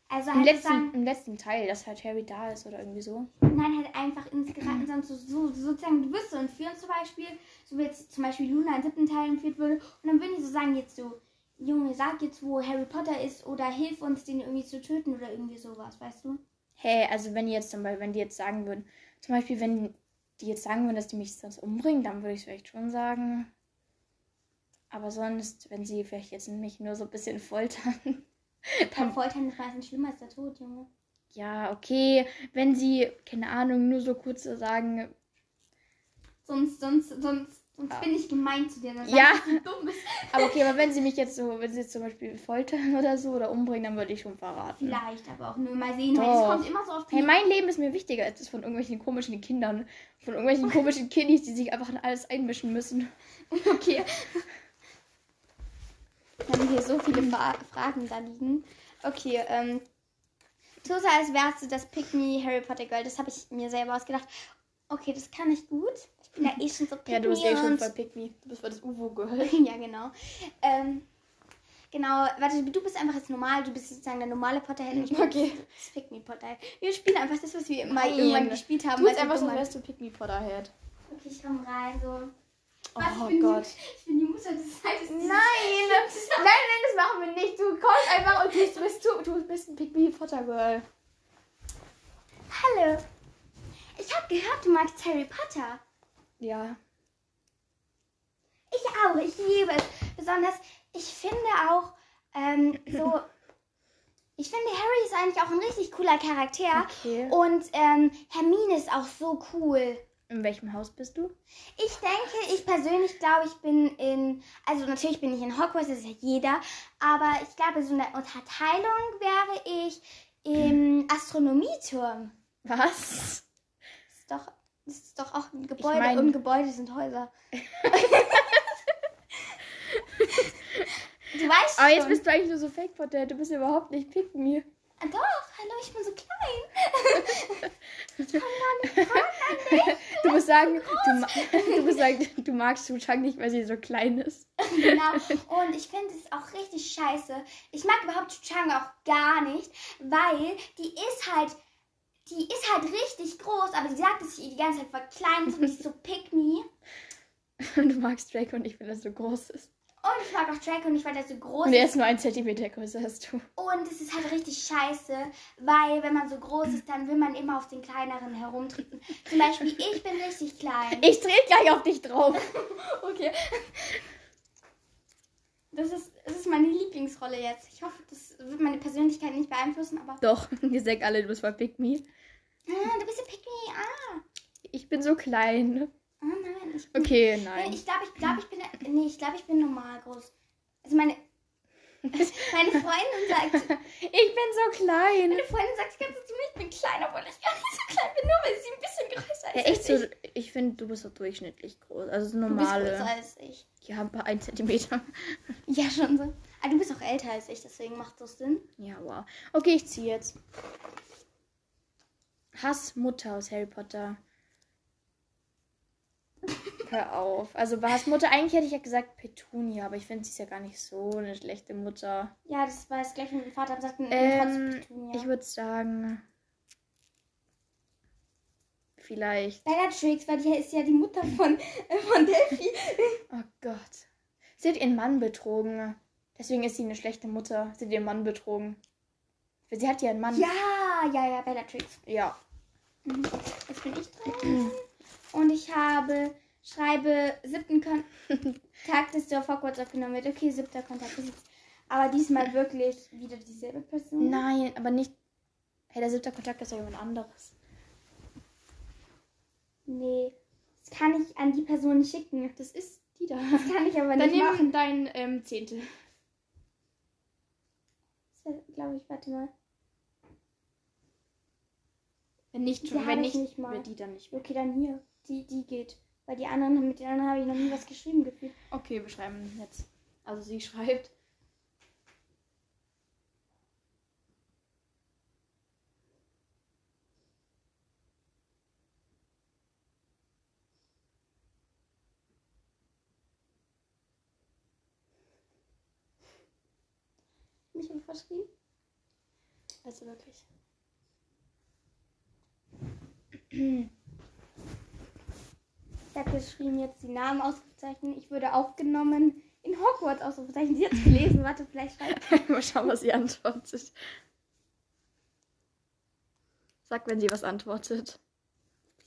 A: Also
B: Im
A: halt
B: letzten,
A: sagen,
B: Im letzten Teil, dass halt Harry da ist oder irgendwie so.
A: nein, halt einfach ins
B: Mhm.
A: Geraten, sondern so, so, sozusagen, du bist so entführen zum Beispiel, so wie jetzt zum Beispiel Luna im siebten Teil entführt wurde, und dann würden die so sagen, jetzt so, Junge, sag jetzt, wo Harry Potter ist, oder hilf uns, den irgendwie zu töten, oder irgendwie sowas, weißt du?
B: Hey, also wenn die jetzt zum Beispiel, wenn die jetzt sagen würden, zum Beispiel, wenn die jetzt sagen würden, dass die mich sonst umbringen, dann würde ich es vielleicht schon sagen. Aber sonst, wenn sie vielleicht jetzt mich nur so ein bisschen foltern, (laughs)
A: Beim
B: dann.
A: Foltern ist meistens schlimmer als der Tod, Junge.
B: Ja, okay. Wenn sie, keine Ahnung, nur so kurz so sagen,
A: Sonst, sonst, sonst, sonst
B: Ja.
A: bin ich gemein zu dir, dann sag
B: Ja.
A: ich, dass du dumm bist.
B: aber okay, aber wenn sie mich jetzt so, wenn sie jetzt zum Beispiel foltern (laughs) oder so oder umbringen, dann würde ich schon verraten.
A: Vielleicht, aber auch nur mal sehen, weil es
B: Doch.
A: kommt immer so auf die
B: Hey, mein Leben ist mir wichtiger als das von irgendwelchen komischen Kindern. Von irgendwelchen komischen Kiddies, die sich einfach in alles einmischen müssen.
A: Okay. Wir haben hier so viele Fra Fragen da liegen. Okay, ähm. Tosa, als wärst du das Pick Me Harry Potter Girl. Das habe ich mir selber ausgedacht. Okay, das kann ich gut. Ich bin ja eh schon so Pick
B: (laughs) Ja, du bist
A: Me
B: eh schon
A: und-
B: voll Pick Me. Du bist voll das UFO-Girl.
A: (laughs) Ja, genau. Ähm, genau, warte, du bist einfach jetzt normal. Du bist sozusagen der normale Potterhead. und Ich bin
B: (laughs) Okay.
A: Das Pick Me Potterhead. Wir spielen einfach das, was wir immer
B: Nein.
A: irgendwann gespielt haben.
B: Du
A: als
B: bist
A: wir
B: einfach so,
A: dumm waren.
B: wärst du Pick Me Potterhead.
A: Okay, ich komm rein, so. Was,
B: Oh
A: ich bin
B: Gott.
A: Die, ich bin die Mutter des Heides. (laughs)
B: nein, ne? das machen wir nicht. Du kommst einfach und du bist, du, du bist ein Pick Me Potter-Girl.
A: Hallo. Ich habe gehört, du magst Harry Potter.
B: Ja.
A: Ich auch, ich liebe es. Besonders, ich finde auch, ähm, so. Ich finde, Harry ist eigentlich auch ein richtig cooler Charakter.
B: Okay.
A: Und ähm, Hermine ist auch so cool.
B: In welchem Haus bist du?
A: Ich denke, ich persönlich glaube, ich bin in. Also, natürlich bin ich in Hogwarts, das ist ja jeder. Aber ich glaube, so eine Unterteilung wäre ich im Astronomieturm.
B: Was?
A: Das ist doch, das ist doch auch ein Gebäude
B: mein-
A: und Gebäude sind
B: (laughs)
A: Häuser. du weißt
B: Aber
A: schon.
B: jetzt bist du eigentlich nur so Fake Potter. Du bist überhaupt nicht Pick Me.
A: ah, doch, hallo, ich bin so klein.
B: Du musst sagen, du, ma- (laughs) du, musst sagen, du magst Su Chang nicht, weil sie so klein ist.
A: genau. Und ich finde es auch richtig scheiße. Ich mag überhaupt Chuchang auch gar nicht, weil die ist halt die ist halt richtig groß, aber sie sagt, dass ich ihr die ganze Zeit verkleinert und ich so pick me.
B: Und du magst Draco nicht, wenn er so groß ist.
A: Und ich mag auch Draco nicht, weil der so groß
B: Und
A: ist.
B: er ist nur ein Zentimeter größer als du.
A: Und es ist halt richtig scheiße, weil wenn man so groß ist, dann will man immer auf den kleineren herumtreten. Zum Beispiel, ich bin richtig klein.
B: Ich drehe gleich auf dich drauf.
A: Okay. Das ist, das ist meine Lieblingsrolle jetzt. Ich hoffe, das wird meine Persönlichkeit nicht beeinflussen, aber.
B: Doch, (laughs) ihr sagt alle, du bist mal Pick Me.
A: Ah, du bist ja Pick Me. Ah.
B: Ich bin so klein.
A: Oh nein. Ich,
B: Okay,
A: nee,
B: nein.
A: ich glaube, ich glaube, ich bin. Nee, ich glaube, ich bin normal groß. Also (laughs) meine. Meine Freundin sagt,
B: Ich bin so klein.
A: meine Freundin sagt die ganze Zeit zu mir, ich bin klein, obwohl ich gar nicht so klein bin, nur weil sie ein bisschen größer ist.
B: Ja, echt so, ich finde, du bist so durchschnittlich groß. Also so
A: Du bist
B: normale.
A: größer als ich.
B: Ja, ein paar ein Zentimeter. (laughs)
A: Ja, schon so. Ah, du bist auch älter als ich, deswegen macht das Sinn.
B: Ja, wow. Okay, ich ziehe jetzt. Hass Mutter aus Harry Potter. Hör auf. Also bei Hass Mutter, eigentlich hätte ich ja gesagt Petunia, aber ich finde, sie ist ja gar nicht so eine schlechte Mutter.
A: Ja, das war es gleich mit dem Vater. Sagt,
B: Ähm, ich würde sagen. Vielleicht.
A: Bellatrix, weil die ist ja die Mutter von, äh, von Delphi.
B: Oh Gott. Sie hat ihren Mann betrogen. Deswegen ist sie eine schlechte Mutter. Sie hat ihren Mann betrogen. Weil Sie hat ja einen Mann.
A: Ja, ja, ja, Bellatrix.
B: ja.
A: Mhm. Jetzt bin ich dran. Und ich habe, schreibe siebten (laughs) Kontakt ist auf Hogwarts aufgenommen wird. Okay, siebter Kontakt. Das ist- Aber diesmal wirklich wieder dieselbe Person.
B: Nein, aber nicht. Hey, der siebte Kontakt ist ja jemand anderes.
A: Nee. Das kann ich an die Person nicht schicken.
B: Das ist die da.
A: Das kann ich aber
B: Dann
A: nicht machen.
B: nimm dein ähm, Zehntel.
A: Glaube ich, warte mal.
B: Wenn nicht,
A: Die hab
B: wenn
A: ich
B: nicht,
A: nicht mal.
B: wird die dann nicht.
A: Okay, dann hier. Die, die geht. Weil die anderen, mit den anderen habe ich noch nie was geschrieben gefühlt.
B: Okay, wir schreiben jetzt. Also sie schreibt.
A: Mich habe ich verschrieben.
B: Also wirklich.
A: Ich habe geschrieben, jetzt die Namen ausgezeichnet. Ich wurde aufgenommen in Hogwarts ausgezeichnet. Sie hat gelesen. Warte, vielleicht schreibt
B: (laughs) Mal schauen, was sie antwortet. Sag, wenn sie was antwortet.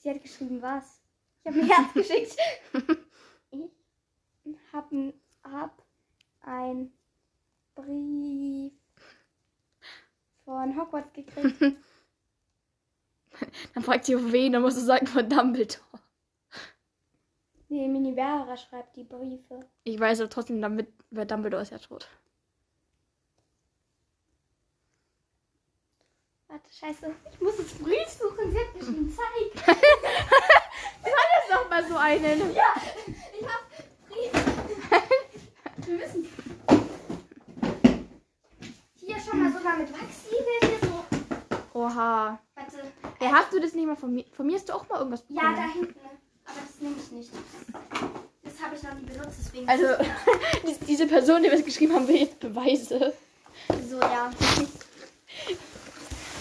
A: sie. hat geschrieben, was? Ich habe ein Herz geschickt. Ich habe ein, hab ein Brief von Hogwarts gekriegt.
B: Dann fragt sie, wen, dann musst du sagen, von Dumbledore.
A: Nee, Minibera schreibt die Briefe.
B: Ich weiß aber trotzdem, damit, weil Dumbledore ist ja tot.
A: Warte, scheiße. Ich muss jetzt Brief suchen. Sie hat geschrieben, zeig.
B: Jetzt noch mal so einen.
A: Ja, ich hab Brief. Wir müssen. Hier schon mal sogar mit Wachsiegel. Hier so.
B: Oha.
A: Warte.
B: Ey, hast du das nicht mal von mir? Von mir hast du auch mal irgendwas
A: Ja,
B: bekommen.
A: da hinten. Aber das nehme ich nicht. Das habe ich noch nie benutzt, deswegen.
B: Also, (laughs) die- diese Person, die wir es geschrieben haben, will jetzt Beweise.
A: so, ja.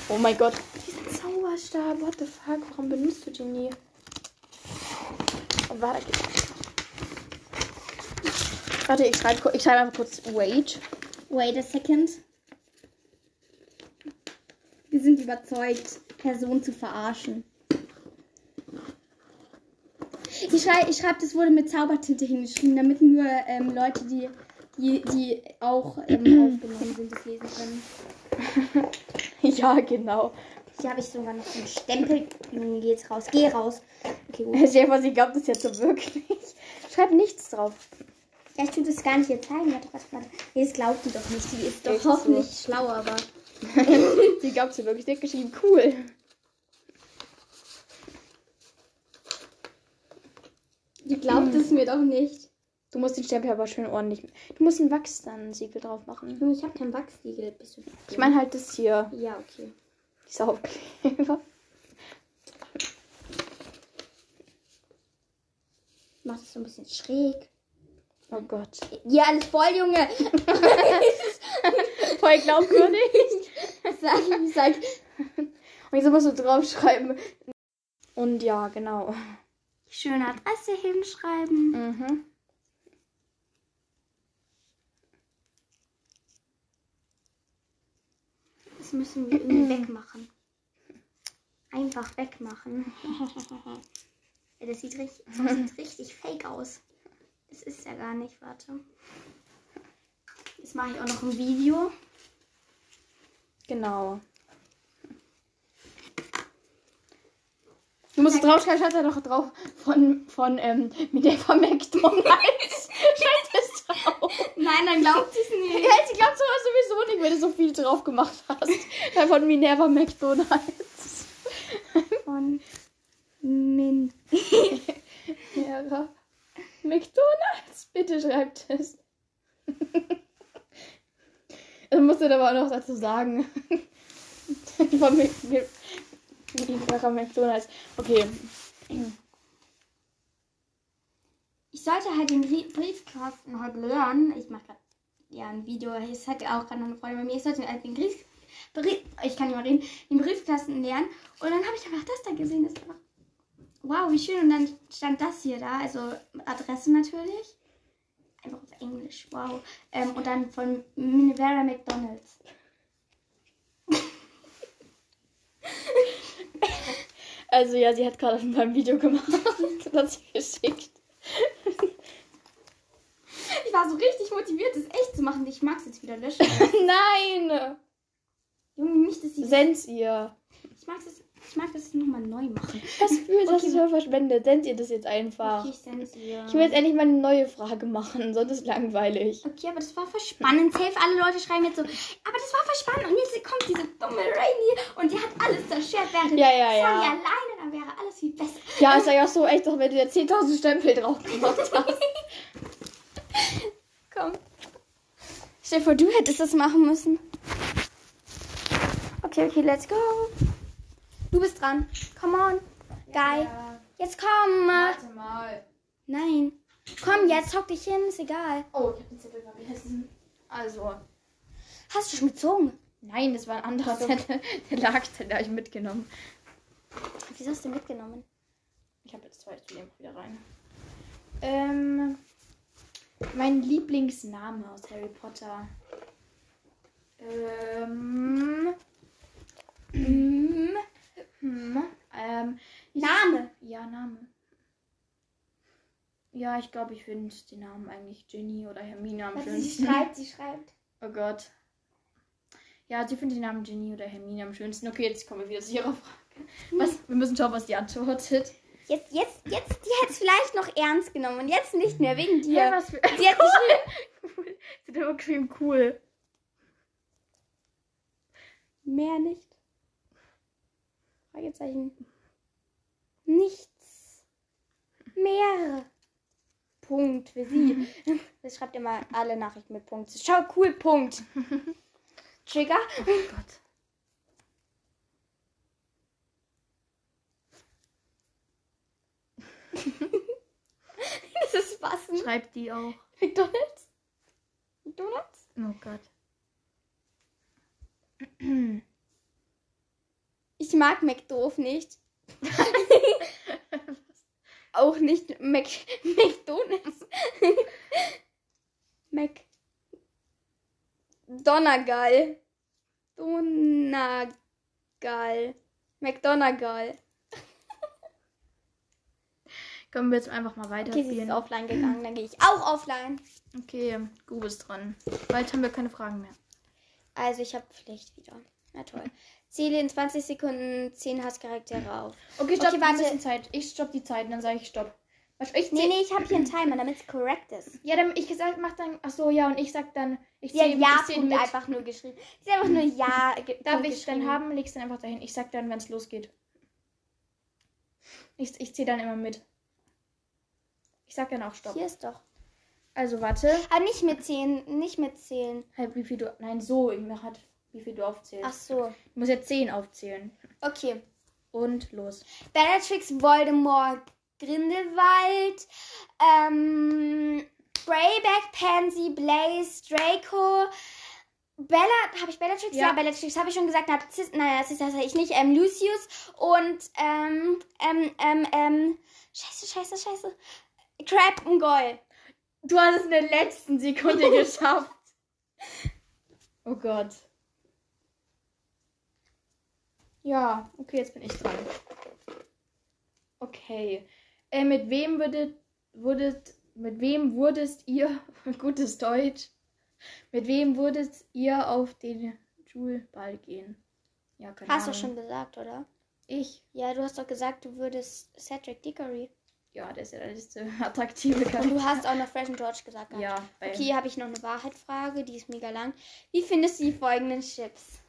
B: Oh mein Gott. Diesen Zauberstab, what the fuck, warum benutzt du den nie? Und warte, ich- warte ich schreibe ich schreib einfach kurz Wait.
A: Wait a second. Wir sind überzeugt, Personen zu verarschen. Ich schreibe, ich schreib, das wurde mit Zaubertinte hingeschrieben, damit nur ähm, Leute, die, die, die auch
B: (clears throat)
A: ähm, aufgenommen sind, das lesen können.
B: (laughs) Ja, genau.
A: Hier habe ich sogar noch einen Stempel. Nun geht's raus. Geh raus. Okay,
B: (laughs)
A: gut.
B: Stell dir vor, sie glaubt das jetzt so wirklich. Schreib nichts drauf.
A: Vielleicht tut es gar nicht ihr zeigen. Warte, warte, warte. Nee, das glaubt die doch nicht. Die ist doch
B: Echt so.
A: hoffentlich schlau, aber.
B: Sie glaubt sie wirklich. Sie hat geschrieben, cool.
A: Die glaubt
B: Hm.
A: es mir doch nicht.
B: Du musst den Stempel aber schön ordentlich. Du musst ein Wachs dann ein Siegel drauf machen.
A: Junge, ich habe kein Wachsiegel. Bist du
B: Ich meine halt das hier.
A: Ja, okay.
B: Dieser Aufkleber.
A: Mach das so ein bisschen schräg.
B: Oh Gott.
A: Ja, alles voll, Junge. (laughs)
B: Voll glaubwürdig. (laughs)
A: Sag, sag.
B: Und jetzt musst du draufschreiben. Und ja, genau.
A: Schöne Adresse hinschreiben.
B: Mhm.
A: Das müssen wir irgendwie (clears throat) wegmachen. Einfach wegmachen. (laughs) Ja, das sieht richtig, das (laughs) sieht richtig fake aus. Das ist ja gar nicht, warte. Jetzt mache ich auch noch ein Video.
B: Genau. Du musst draufschreiben, schreib da doch drauf von, von, ähm, mit der von (laughs) McDonalds. schreib das drauf.
A: Nein, dann glaubt sie es
B: Ja,
A: nicht.
B: ich glaube sowas sowieso nicht, wenn du so viel drauf gemacht hast. Weil Von Minerva McDonalds.
A: Von
B: (laughs)
A: Min.
B: (laughs) Minerva McDonalds, bitte schreibt es. Dann musst du aber auch noch dazu sagen. (laughs) Von Mc- Mc- Mc- um McDonalds. Okay.
A: Ich sollte halt den Brie- Briefkasten heute lernen. Ich mache gerade ja ein Video. Es hat ja auch gerade noch eine Freundin bei mir. Ich sollte halt den Brief, Brief, ich kann nicht mal reden, den Briefkasten lernen. Und dann habe ich einfach das da gesehen. Das ist einfach, wow, wie schön. Und dann stand das hier da. Also Adresse natürlich. Einfach auf Englisch. Wow. Ähm, und dann von Minerva McDonalds.
B: Also ja, sie hat gerade mein Video gemacht, (laughs) das sie geschickt.
A: Ich war so richtig motiviert, das echt zu machen. Ich mag es jetzt wieder
B: (laughs)
A: löschen.
B: Nein!
A: Junge, nicht, dass ich.
B: Send's ihr.
A: Ich mag es. Ich mag das nochmal neu machen.
B: Das Gefühl, Oh, das
A: Okay.
B: ist voll verschwendet. Send's ihr das jetzt einfach.
A: Okay, ich sende es ihr.
B: Ich will jetzt endlich mal eine neue Frage machen, sonst ist langweilig.
A: Okay, aber das war voll spannend. Safe, alle Leute schreiben jetzt so, aber das war voll spannend. Und jetzt kommt diese dumme Rainy und die hat alles zerstört. Wäre
B: Ja, ja, ja.
A: Sally alleine, dann wäre alles viel besser.
B: Ja, ist ja auch so echt, doch wenn du jetzt 10.000 Stempel drauf gemacht hast.
A: (laughs) Komm. Stell dir vor, du hättest das machen müssen. Okay, okay, let's go. Du bist dran. Come on. Guy. Jetzt komm.
B: mal.
A: Nein. Komm, jetzt hock dich hin, ist egal.
B: Oh, ich hab den Zettel vergessen. Also.
A: Hast du schon gezogen?
B: Nein, das war ein anderer Zettel. Der lag, den habe ich mitgenommen.
A: Wieso hast du den mitgenommen?
B: Ich habe jetzt zwei, ich tue die einfach wieder rein. Ähm, mein Lieblingsname aus Harry Potter. Ähm, hm, hm, ähm,
A: Name.
B: ja, Name. Ja, ich glaube, ich finde den Namen eigentlich Ginny oder Hermine am
A: Warte, Also sie
B: schönsten.
A: schreibt, sie schreibt.
B: Oh Gott. Ja, sie findet den Namen Ginny oder Hermine am schönsten. Okay, jetzt kommen wir wieder zu ihrer Frage. Was? Wir müssen schauen, was die antwortet.
A: Jetzt, jetzt, jetzt, die hätte es vielleicht noch ernst genommen und jetzt nicht mehr, wegen dir.
B: Hä, was für... (laughs)
A: Sie hat geschrieben,
B: cool. Sie hat aber geschrieben, cool.
A: (laughs) mehr nicht. Fragezeichen. Nichts. Mehr. Punkt für (laughs) sie. Das schreibt immer alle Nachrichten mit Punkt. Schau, cool, (laughs) Punkt. Trigger. (laughs)
B: Oh Gott.
A: Das ist was. ne?
B: Schreibt die auch.
A: McDonalds? McDonalds?
B: Oh Gott. (clears throat)
A: Ich mag McDoof (laughs) nicht. Auch nicht Mac McDonalds. (laughs) Mac. Donnergall. Donnergall. McDonagall.
B: Kommen wir jetzt einfach mal weiter
A: Okay, sie ist
B: spielen.
A: offline gegangen, (clears throat) dann gehe ich auch offline.
B: Okay, Gu ist dran. Bald haben wir keine Fragen mehr.
A: Also ich habe Pflicht wieder. Na toll. Ziele in 20 Sekunden, 10 Hasscharaktere auf.
B: Okay, stopp,
A: Okay, warte.
B: okay, warte. Bisschen Zeit. Ich stopp die Zeit und dann sage ich stopp. Was, ich
A: Nee,
B: zähl-
A: nee, ich habe (clears throat) hier einen Timer, damit es korrekt ist.
B: Ja, dann ich gesagt, mach dann. Ach so, ja, und ich sag dann. Ich
A: Sie hat
B: zähl- ich zähl
A: Ja-Punkt
B: mit.
A: einfach nur geschrieben. Sie hat einfach nur
B: (laughs)
A: Ja. ge-
B: Darf
A: Punkt
B: ich dann
A: geschrieben.
B: haben? Leg's dann einfach dahin. Ich sag dann, wenn's losgeht. Ich, ich zähle dann immer mit. Ich sag dann auch Stopp.
A: Hier ist doch.
B: Also warte.
A: Ah, nicht mitzählen, nicht mitzählen.
B: Halt, wie viel du. Nein, so, ich mach halt, wie viel du aufzählst.
A: Ach so.
B: Ich muss jetzt 10 aufzählen.
A: Okay.
B: Und los.
A: Bellatrix Voldemort, Grindelwald, ähm, Brayback, Pansy, Blaze, Draco, Bella, habe ich Bellatrix? Ja,
B: Ja.
A: Bellatrix habe ich schon gesagt. Narziss, nein, Narziss hatte ich nicht. Ähm, Lucius und, ähm, ähm, ähm, ähm, scheiße, scheiße, scheiße. Crab und Goyle.
B: Du hast es in der
A: (laughs)
B: letzten Sekunde geschafft. Oh Gott. Ja, okay, jetzt bin ich dran. Okay. Äh, mit wem würdet, würdet, mit wem wurdest ihr, (laughs) gutes Deutsch, mit wem würdet ihr auf den Schulball gehen? Ja, keine
A: Hast du
B: Ahnung.
A: schon gesagt, oder?
B: Ich.
A: Ja, du hast doch gesagt, du würdest Cedric Diggory.
B: Ja, der ist ja der letzte (laughs) attraktive
A: Und (laughs) du
B: Charakter.
A: hast auch noch Fresh and George gesagt. gehabt.
B: Ja, bei
A: Okay, habe ich noch eine Wahrheitfrage, die ist mega lang. Wie findest du die folgenden Chips?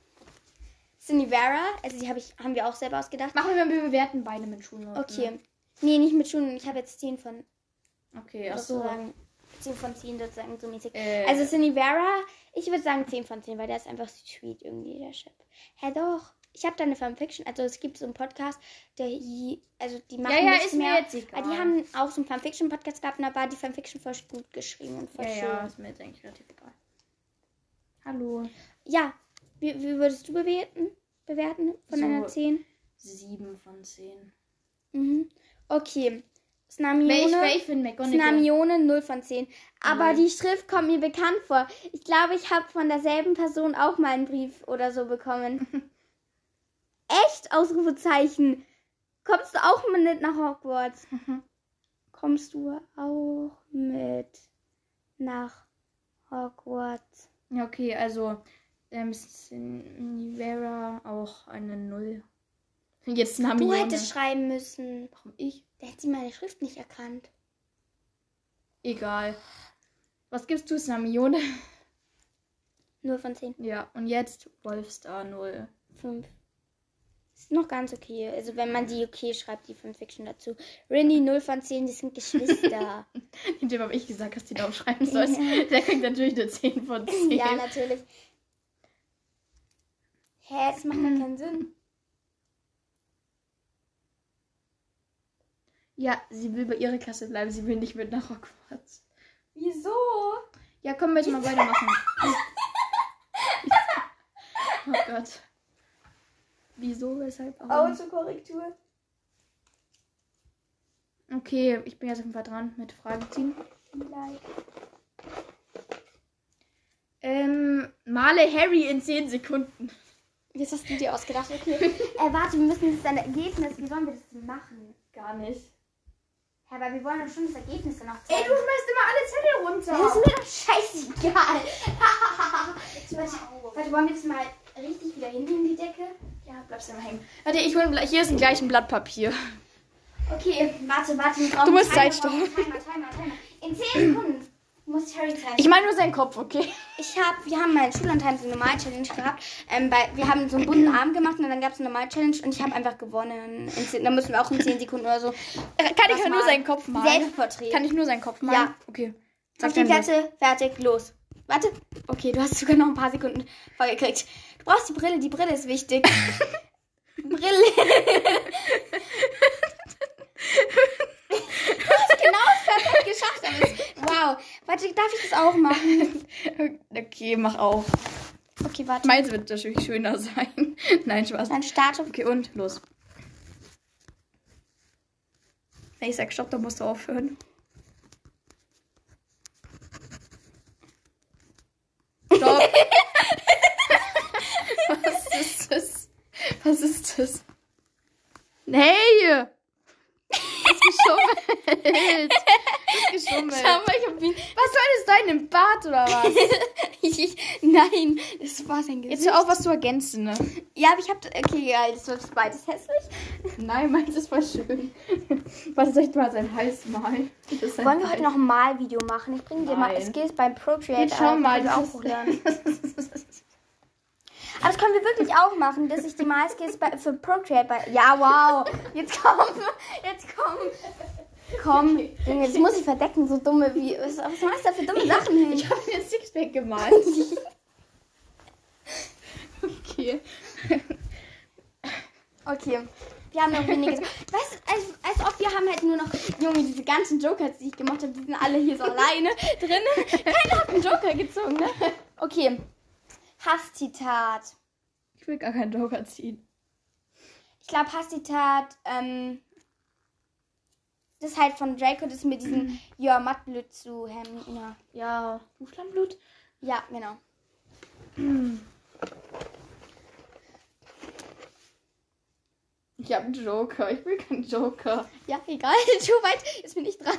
A: Cinevera, also die hab ich, haben wir auch selber ausgedacht.
B: Machen wir, wir bewerten beide mit Schulnoten. ne?
A: Okay. Nee, nicht mit Schuhen. Ich habe jetzt 10 von
B: Okay, ach so.
A: sozusagen 10 von 10 sozusagen so mäßig.
B: Äh,
A: Also Cinevera, ich würde sagen 10 von 10, weil der ist einfach sweet irgendwie, der Chip. Hä, doch. Ich habe da eine Fanfiction, also es gibt so einen Podcast, der hi- also die machen
B: ja, ja,
A: nichts
B: ist
A: mehr.
B: mir jetzt egal.
A: aber Ah, die haben auch so einen Fanfiction-Podcast gehabt, und da war die Fanfiction voll gut geschrieben und voll
B: ja,
A: schön.
B: ja, ist mir jetzt eigentlich relativ egal. Hallo.
A: Ja, wie, wie würdest du bewerten? Bewerten von
B: So.
A: einer 10?
B: 7 von 10.
A: Mhm. Okay.
B: Ich,
A: Snamione,
B: ich finde McGonagall.
A: Snamione 0 von 10. Aber
B: Null.
A: die Schrift kommt mir bekannt vor. Ich glaube, ich habe von derselben Person auch mal einen Brief oder so
B: (laughs)
A: bekommen. Echt? Ausrufezeichen. Kommst du auch mit nach Hogwarts? Kommst du auch mit nach Hogwarts?
B: (laughs) Ja, okay, also ähm, Sinivera auch eine 0. Jetzt
A: Du
B: Namione.
A: hättest schreiben müssen.
B: Warum ich?
A: Der hätte meine Schrift nicht erkannt.
B: Egal. Was gibst du Snamione?
A: Nur von 10.
B: (laughs) Ja, und jetzt Wolfstar (laughs) 0.
A: 5. Ist noch ganz okay. Also wenn man die okay schreibt, die Fanfiction dazu. Rindy 0 von 10, die sind Geschwister. (laughs)
B: Dem habe ich gesagt, dass die da aufschreiben sollst. Der kriegt natürlich eine 10 von 10.
A: ja, natürlich. Hä, das macht gar keinen Sinn.
B: Ja, sie will bei ihrer Klasse bleiben, sie will nicht mit nach Hogwarts.
A: Wieso?
B: Ja, komm, wir jetzt
A: (laughs)
B: mal weitermachen. oh Gott. Wieso, weshalb? warum?
A: Autokorrektur.
B: Okay, ich bin jetzt auf jeden Fall dran mit Fragen ziehen.
A: Like.
B: Ähm, male Harry in 10 Sekunden.
A: Jetzt hast du dir ausgedacht, okay. äh, warte, wir müssen jetzt ein Ergebnis. Wie sollen wir das denn machen?
B: (laughs) Gar nicht.
A: Ja, aber wir wollen doch schon das Ergebnis dann noch
B: Ey, du
A: zeigen.
B: schmeißt immer alle Zettel
A: Das ist
B: runter.
A: mir doch
B: (laughs)
A: scheißegal. warte, warte, wollen wir das mal richtig wieder hinnehmen, die Decke?
B: Ja, bleibst immer hängen. Warte, ich hol, hier ist gleich ein Blatt Papier.
A: Okay, warte, warte. Wir brauchen
B: Du musst
A: Timer,
B: Zeit
A: brauchen Timer, Timer, Timer. In 10 Sekunden muss Harry zeigen.
B: Ich meine nur seinen Kopf, okay?
A: Ich hab, wir haben mal in Schullandheim so eine Normal-Challenge gehabt. Ähm, bei, wir haben so einen bunten Arm gemacht und dann gab es eine Normal-Challenge und ich habe einfach gewonnen. In zehn, da müssen wir auch in 10 Sekunden oder so.
B: Äh, Kann ich
A: Was
B: nur
A: malen?
B: seinen Kopf malen?
A: Selbstporträt.
B: Kann ich nur seinen Kopf malen?
A: Ja.
B: Okay.
A: Auf
B: Sag
A: die
B: dein Bild.
A: Plätze, fertig, los. Warte. Okay, du hast sogar noch ein paar Sekunden vorgekriegt. Du brauchst die Brille, die Brille ist (laughs) wichtig. Brille. (laughs) du hast genau das perfekt geschafft. Alice. Wow. Warte, darf ich das auch machen?
B: (laughs) Okay, mach auf.
A: Okay, warte.
B: Meins wird natürlich schöner (laughs) sein. Nein, Spaß.
A: Dann starte.
B: Okay, und los. Wenn ich sag Stopp, dann musst du aufhören. Stopp! (laughs) Was ist das? Was ist das? Hey! Das geschummelt! Das geschummelt!
A: Schau mal, ich hab (laughs) wie...
B: Was soll das sein? Im Bad oder (laughs) was?
A: Nein, das war sein Gesicht.
B: Jetzt hör auf, was zu ergänzen, ne?
A: Ja, aber ich hab... Okay, geil, das wird beides hässlich.
B: Nein, meins ist voll schön. Was soll ich mal seinen Hals malen? Das ist ein
A: Wollen wir
B: Hals.
A: heute noch ein Malvideo machen? Ich bringe dir mal
B: Nein.
A: Skills beim Procreate.
B: Jetzt schau
A: ein,
B: mal,
A: können wir
B: das
A: auch
B: ist-
A: hochladen. Aber das können wir wirklich auch machen, dass ich die Malskills bei, für Procreate bei. Ja, wow! Jetzt komm! Jetzt komm! Komm! Junge, jetzt muss ich verdecken, so dumme wie. Was, was machst du da für dumme Sachen hin?
B: (laughs) Ich habe mir ein Sixpack gemalt.
A: (laughs)
B: okay.
A: Okay. Wir haben noch wenige. Weißt du, als, als ob wir haben halt nur noch. Junge, diese ganzen Jokers, die ich gemacht habe, die sind alle hier so alleine drin. Keiner hat einen Joker gezogen, ne? Okay. Hasszitat.
B: Ich will gar keinen Joker ziehen.
A: Ich glaube, Hasszitat, ähm, das ist halt von Draco, das mit
B: Mhm.
A: diesem Ja, Mattblüt zu Hermina.
B: Ja, Buchstabenblut.
A: Ja, genau.
B: Ich habe einen Joker. Ich will keinen Joker.
A: Ja, egal, (laughs) zu weit, jetzt bin ich dran.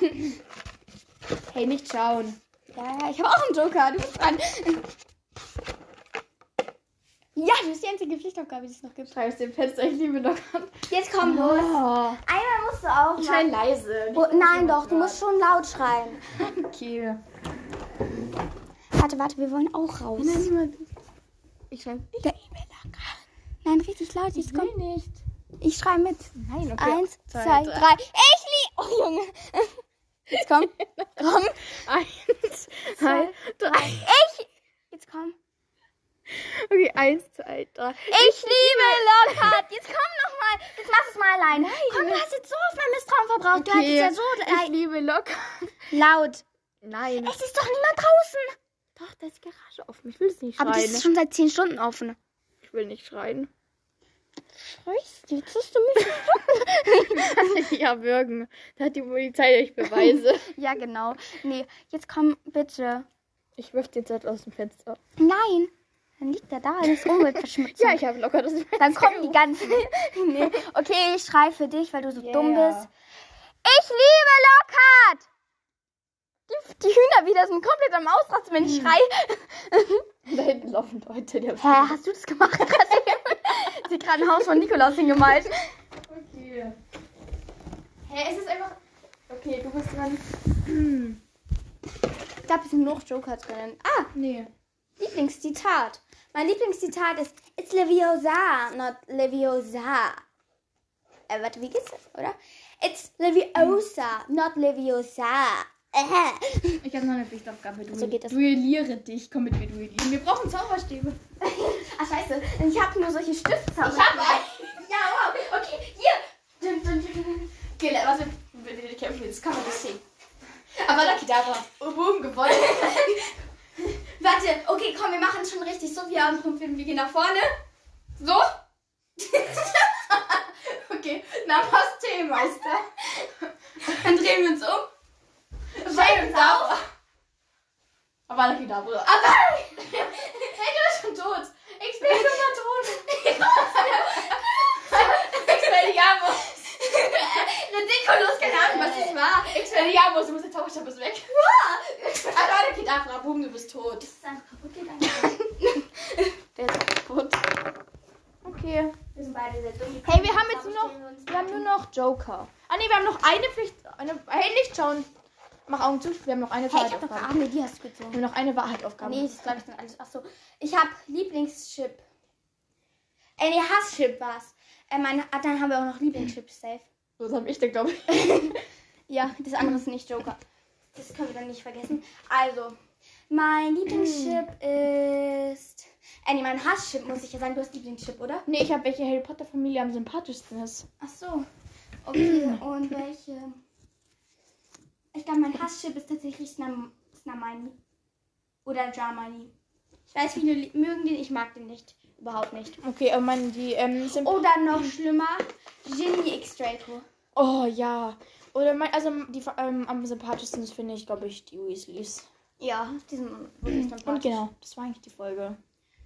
B: Hey, nicht schauen.
A: Ja, ja, ich habe auch einen Joker, du bist dran. Ja, du bist die einzige Pflichtaufgabe, die es noch gibt.
B: Schreib es dem Fenster, ich liebe Lockern.
A: Jetzt komm los. Einmal musst du auch.
B: Ich
A: mal-
B: schreie leise.
A: Oh, nein, doch, du musst schon laut schreien.
B: Okay.
A: Warte, warte, wir wollen auch raus.
B: Ich schreibe.
A: Der- Nein, richtig laut, jetzt komm.
B: nicht.
A: Ich schreie mit.
B: Nein, okay.
A: Eins, zwei, drei. Ich lieb. Oh, Junge. Jetzt komm. komm.
B: Eins, zwei, drei.
A: Ich. Jetzt komm.
B: Okay, eins, zwei, drei.
A: Ich liebe Lockhart. Jetzt komm nochmal. Jetzt mach es mal allein. Komm, du hast jetzt so auf mein Misstrauen verbraucht. Du hast
B: Okay.
A: es ja so
B: Ich
A: leid-
B: liebe Locker.
A: laut.
B: Nein.
A: Es ist doch niemand draußen.
B: Doch, da ist die Garage offen. Ich will es nicht schreien.
A: Aber die ist schon seit 10 Stunden offen.
B: ich will nicht schreien.
A: Scheiße, jetzt hast du mich.
B: (laughs) ja, würgen. Da hat die Polizei euch Beweise.
A: ja, genau. Nee, jetzt komm bitte.
B: (laughs) ich wirf den Zettel aus dem Fenster.
A: Nein. Dann liegt er da und ist umweltverschmutzt.
B: Ja, ich habe locker das Fenster.
A: Dann kommen die ganzen. (laughs) nee. Okay, ich schreie für dich, weil du so
B: Yeah.
A: dumm bist. Ich liebe Lockhart! Die, die Hühner wieder sind komplett am Ausrasten, wenn ich schreie.
B: Da hinten laufen Leute. Die
A: Hä, hast du das (laughs) gemacht? Sie hat gerade ein Haus von Nikolaus hingemalt.
B: Okay.
A: Hä, es ist einfach.
B: Okay, du bist dran.
A: Ich glaube, es sind noch Joker drin. Ah,
B: Nee.
A: Lieblingszitat. Mein Lieblingszitat ist It's Leviosa, not Leviosa. Äh, warte, wie geht's das, oder? It's Leviosa, not Leviosa. Äh.
B: Ich habe noch eine Pflichtaufgabe. Du
A: So Also geht das.
B: Duelliere dich. Komm mit, wir duellieren. Wir brauchen Zauberstäbe.
A: Ah, scheiße. Ich habe nur solche Stiftzauber.
B: Ich hab
A: einen. Ja, wow. Okay, hier. Dun, dun, dun, dun.
B: Okay, warte. Wenn wir kämpfen, das kann man nicht sehen. Aber da Kedara. Boom, gewonnen.
A: Warte, okay, komm, wir machen es schon richtig. So, wir haben Film, wir gehen nach vorne.
B: So? (laughs) okay, na passt Theemeister. Dann drehen wir uns um.
A: Schreib uns auf.
B: Aber da Kedabra. Aber! (laughs) hey, du bist schon tot. Ich bin schon mal tot. ich bin
A: Ridiculous, keine Ahnung, was das war.
B: Ich werde ja, muss, du musst der Zauberstab ist weg. Ah, Aber der Kedavra, boom, du bist tot.
A: Ist dann kaputt gegangen?
B: Der ist kaputt. Okay.
A: Wir sind beide sehr dumm.
B: Hey, wir haben jetzt nur noch, wir haben nur noch Joker. Ah ne, wir haben noch eine Pflicht, eine, hey, nicht schauen. Mach Augen zu, wir haben noch eine
A: Hey, ich hab doch
B: Wahrheitsaufgabe.
A: Arme, die hast du
B: Wir
A: gezogen.
B: haben noch eine Wahrheitsaufgabe.
A: Nee, das glaube ich dann alles. Achso, ich habe Lieblingschip. Äh, nee, Hasschip war's. Äh, mein, ah, dann haben wir auch noch Lieblingschip safe.
B: Das hab ich denn, glaube ich.
A: Ja, das andere ist nicht Joker. Das können wir dann nicht vergessen. Also, mein
B: (clears throat)
A: Lieblingschip ist. Äh, nee, mein Hasschip muss ich ja sagen. Du hast Lieblingschip, oder?
B: Nee, ich habe welche Harry Potter Familie am sympathischsten ist.
A: Ach so. Okay, (clears throat) und welche? Ich glaube, mein Hasschip ist tatsächlich Snam Snamani. Oder Jamani. Ich weiß, viele li- mögen den, ich mag den nicht. Überhaupt nicht.
B: Okay, aber meine, die, ähm, sind. Oh.
A: Oder noch schlimmer, Ginny x Draco.
B: Oh, ja. Oder mein, also die ähm, am sympathischsten ist, finde ich, glaube ich, die Weasleys.
A: Ja, diesen wirklich
B: Und
A: sympathisch.
B: genau, das war eigentlich die Folge.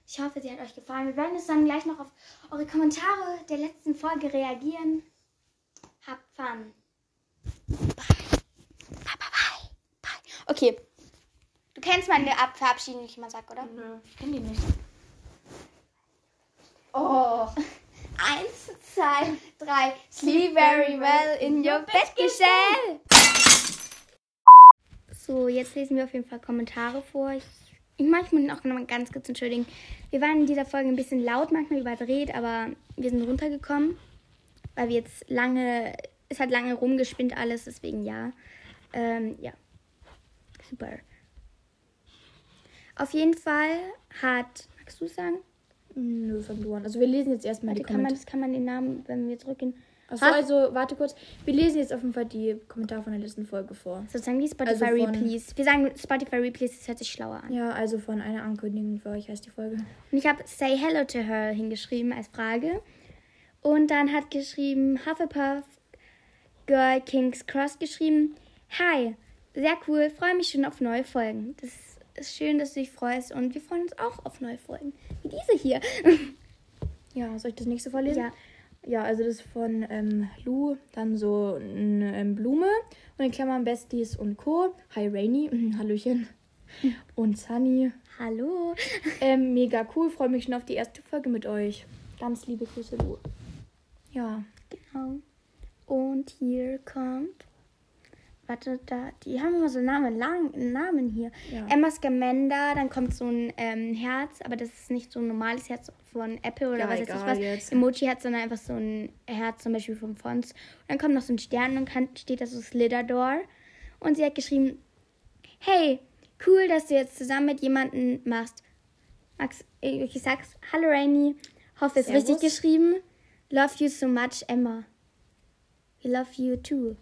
A: Ich hoffe, sie hat euch gefallen. Wir werden jetzt dann gleich noch auf eure Kommentare der letzten Folge reagieren. Habt fun. Bye. Bye, bye, bye. Bye. Okay. Du kennst meine Ab Verabschiedung, die ich immer sag, oder?
B: Nö, ich kenne die nicht.
A: Oh. Eins, zwei, drei. Sleep very well in your Bettgestell. So, jetzt lesen wir auf jeden Fall Kommentare vor. Ich, ich möchte mich auch nochmal ganz kurz entschuldigen. Wir waren in dieser Folge ein bisschen laut, manchmal überdreht, aber wir sind runtergekommen, weil wir jetzt lange, es hat lange rumgespinnt alles, deswegen ja. Ähm, ja. Super. Auf jeden Fall hat, magst du es sagen?
B: Nö, fang du an. Also wir lesen jetzt erstmal die
A: Warte, kann man,
B: Kommentare.
A: das kann man den Namen, wenn wir zurückgehen.
B: Achso, also warte kurz. Wir lesen jetzt auf jeden Fall die Kommentare von der letzten Folge vor.
A: Sozusagen die Spotify
B: Also von-
A: Replays. Wir sagen Spotify Replays, das hört sich schlauer an.
B: Ja, also von einer Ankündigung für euch heißt die Folge.
A: Und ich habe Say Hello to Her hingeschrieben als Frage. Und dann hat geschrieben Hufflepuff Girl Kings Cross geschrieben. Hi, sehr cool, freue mich schon auf neue Folgen. Das ist schön, dass du dich freust und wir freuen uns auch auf neue Folgen. Wie diese hier. (laughs)
B: Ja, soll ich das nächste vorlesen?
A: Ja.
B: Ja, also das ist von ähm, Lou, dann so eine ähm, Blume und in Klammern Besties und Co. Hi Rainy, Mhm, Hallöchen. Und Sunny.
A: Hallo.
B: Ähm, mega cool, freue mich schon auf die erste Folge mit euch. Ganz liebe Grüße, Lou. Ja.
A: Genau. Und hier kommt. Warte, da, die haben immer so Namen, lang, Namen hier.
B: Ja.
A: Emma Scamanda, dann kommt so ein ähm, Herz, aber das ist nicht so ein normales Herz von Apple oder
B: Ja,
A: was weiß ich
B: egal
A: was.
B: jetzt.
A: Emoji-Herz, sondern einfach so ein Herz zum Beispiel von Fonz. Und dann kommt noch so ein Stern und kann, steht da so Slitador. und sie hat geschrieben, hey, cool, dass du jetzt zusammen mit jemandem machst. Max, äh, ich sag's, hallo Rainy, hoffe es ist richtig
B: Servus.
A: geschrieben. Love you so much, Emma. We love you too,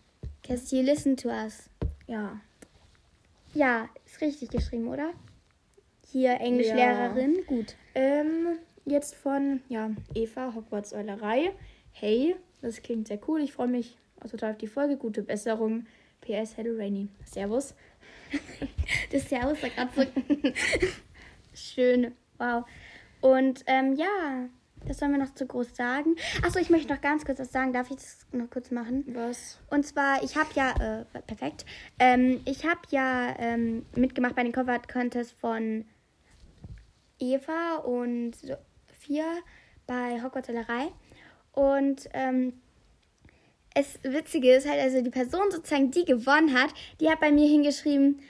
A: cause you listen to us.
B: Ja.
A: Ja, ist richtig geschrieben, oder? Hier, Englischlehrerin, gut. (laughs)
B: Ähm, jetzt von ja, Eva, Hogwarts Eulerei. Hey, das klingt sehr cool. Ich freue mich total auf die Folge. Gute Besserung. PS, hello Rainy. Servus.
A: Das Servus sagt gerade so (laughs) schön. Wow. Und ähm, ja, das sollen wir noch zu groß sagen. Achso, ich möchte noch ganz kurz was sagen. Darf ich das noch kurz machen?
B: Was?
A: Und zwar, ich habe ja, äh, perfekt, ähm, ich habe ja ähm, mitgemacht bei den Cover Art Contest von Eva und Sophia bei Hogwarts Hellerei. Und ähm, es Witzige ist halt, also die Person sozusagen, die gewonnen hat, die hat bei mir hingeschrieben,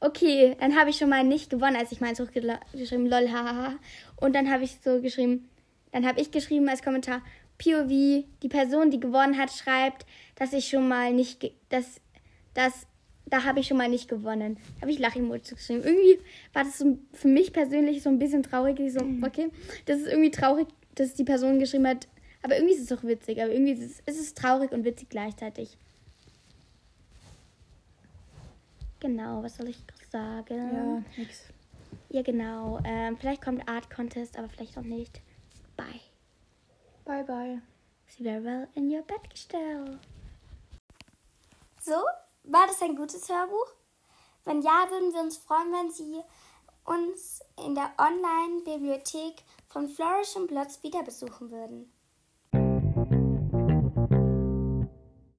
A: okay, dann habe ich schon mal nicht gewonnen, als ich meins hochgeschrieben, lol, hahaha. Und dann habe ich so geschrieben, dann habe ich geschrieben als Kommentar, POV, die Person, die gewonnen hat, schreibt, dass ich schon mal nicht, ge- dass, dass, da habe ich schon mal nicht gewonnen. Da habe ich Lach-Emoji geschrieben. Irgendwie war das so für mich persönlich so ein bisschen traurig. Ich so, okay, das ist irgendwie traurig, dass die Person geschrieben hat, aber irgendwie ist es doch witzig. Aber irgendwie ist es, ist es traurig und witzig gleichzeitig. Genau, was soll ich
B: Ja,
A: sagen?
B: nix.
A: Ja, genau. Ähm, vielleicht kommt Art Contest, aber vielleicht auch nicht. Bye.
B: Bye, bye.
A: Sie wäre well in your bed gestellt. So, war das ein gutes Hörbuch?
C: Wenn ja, würden wir uns freuen, wenn Sie uns in der Online-Bibliothek von Flourish und Blotz wieder besuchen würden.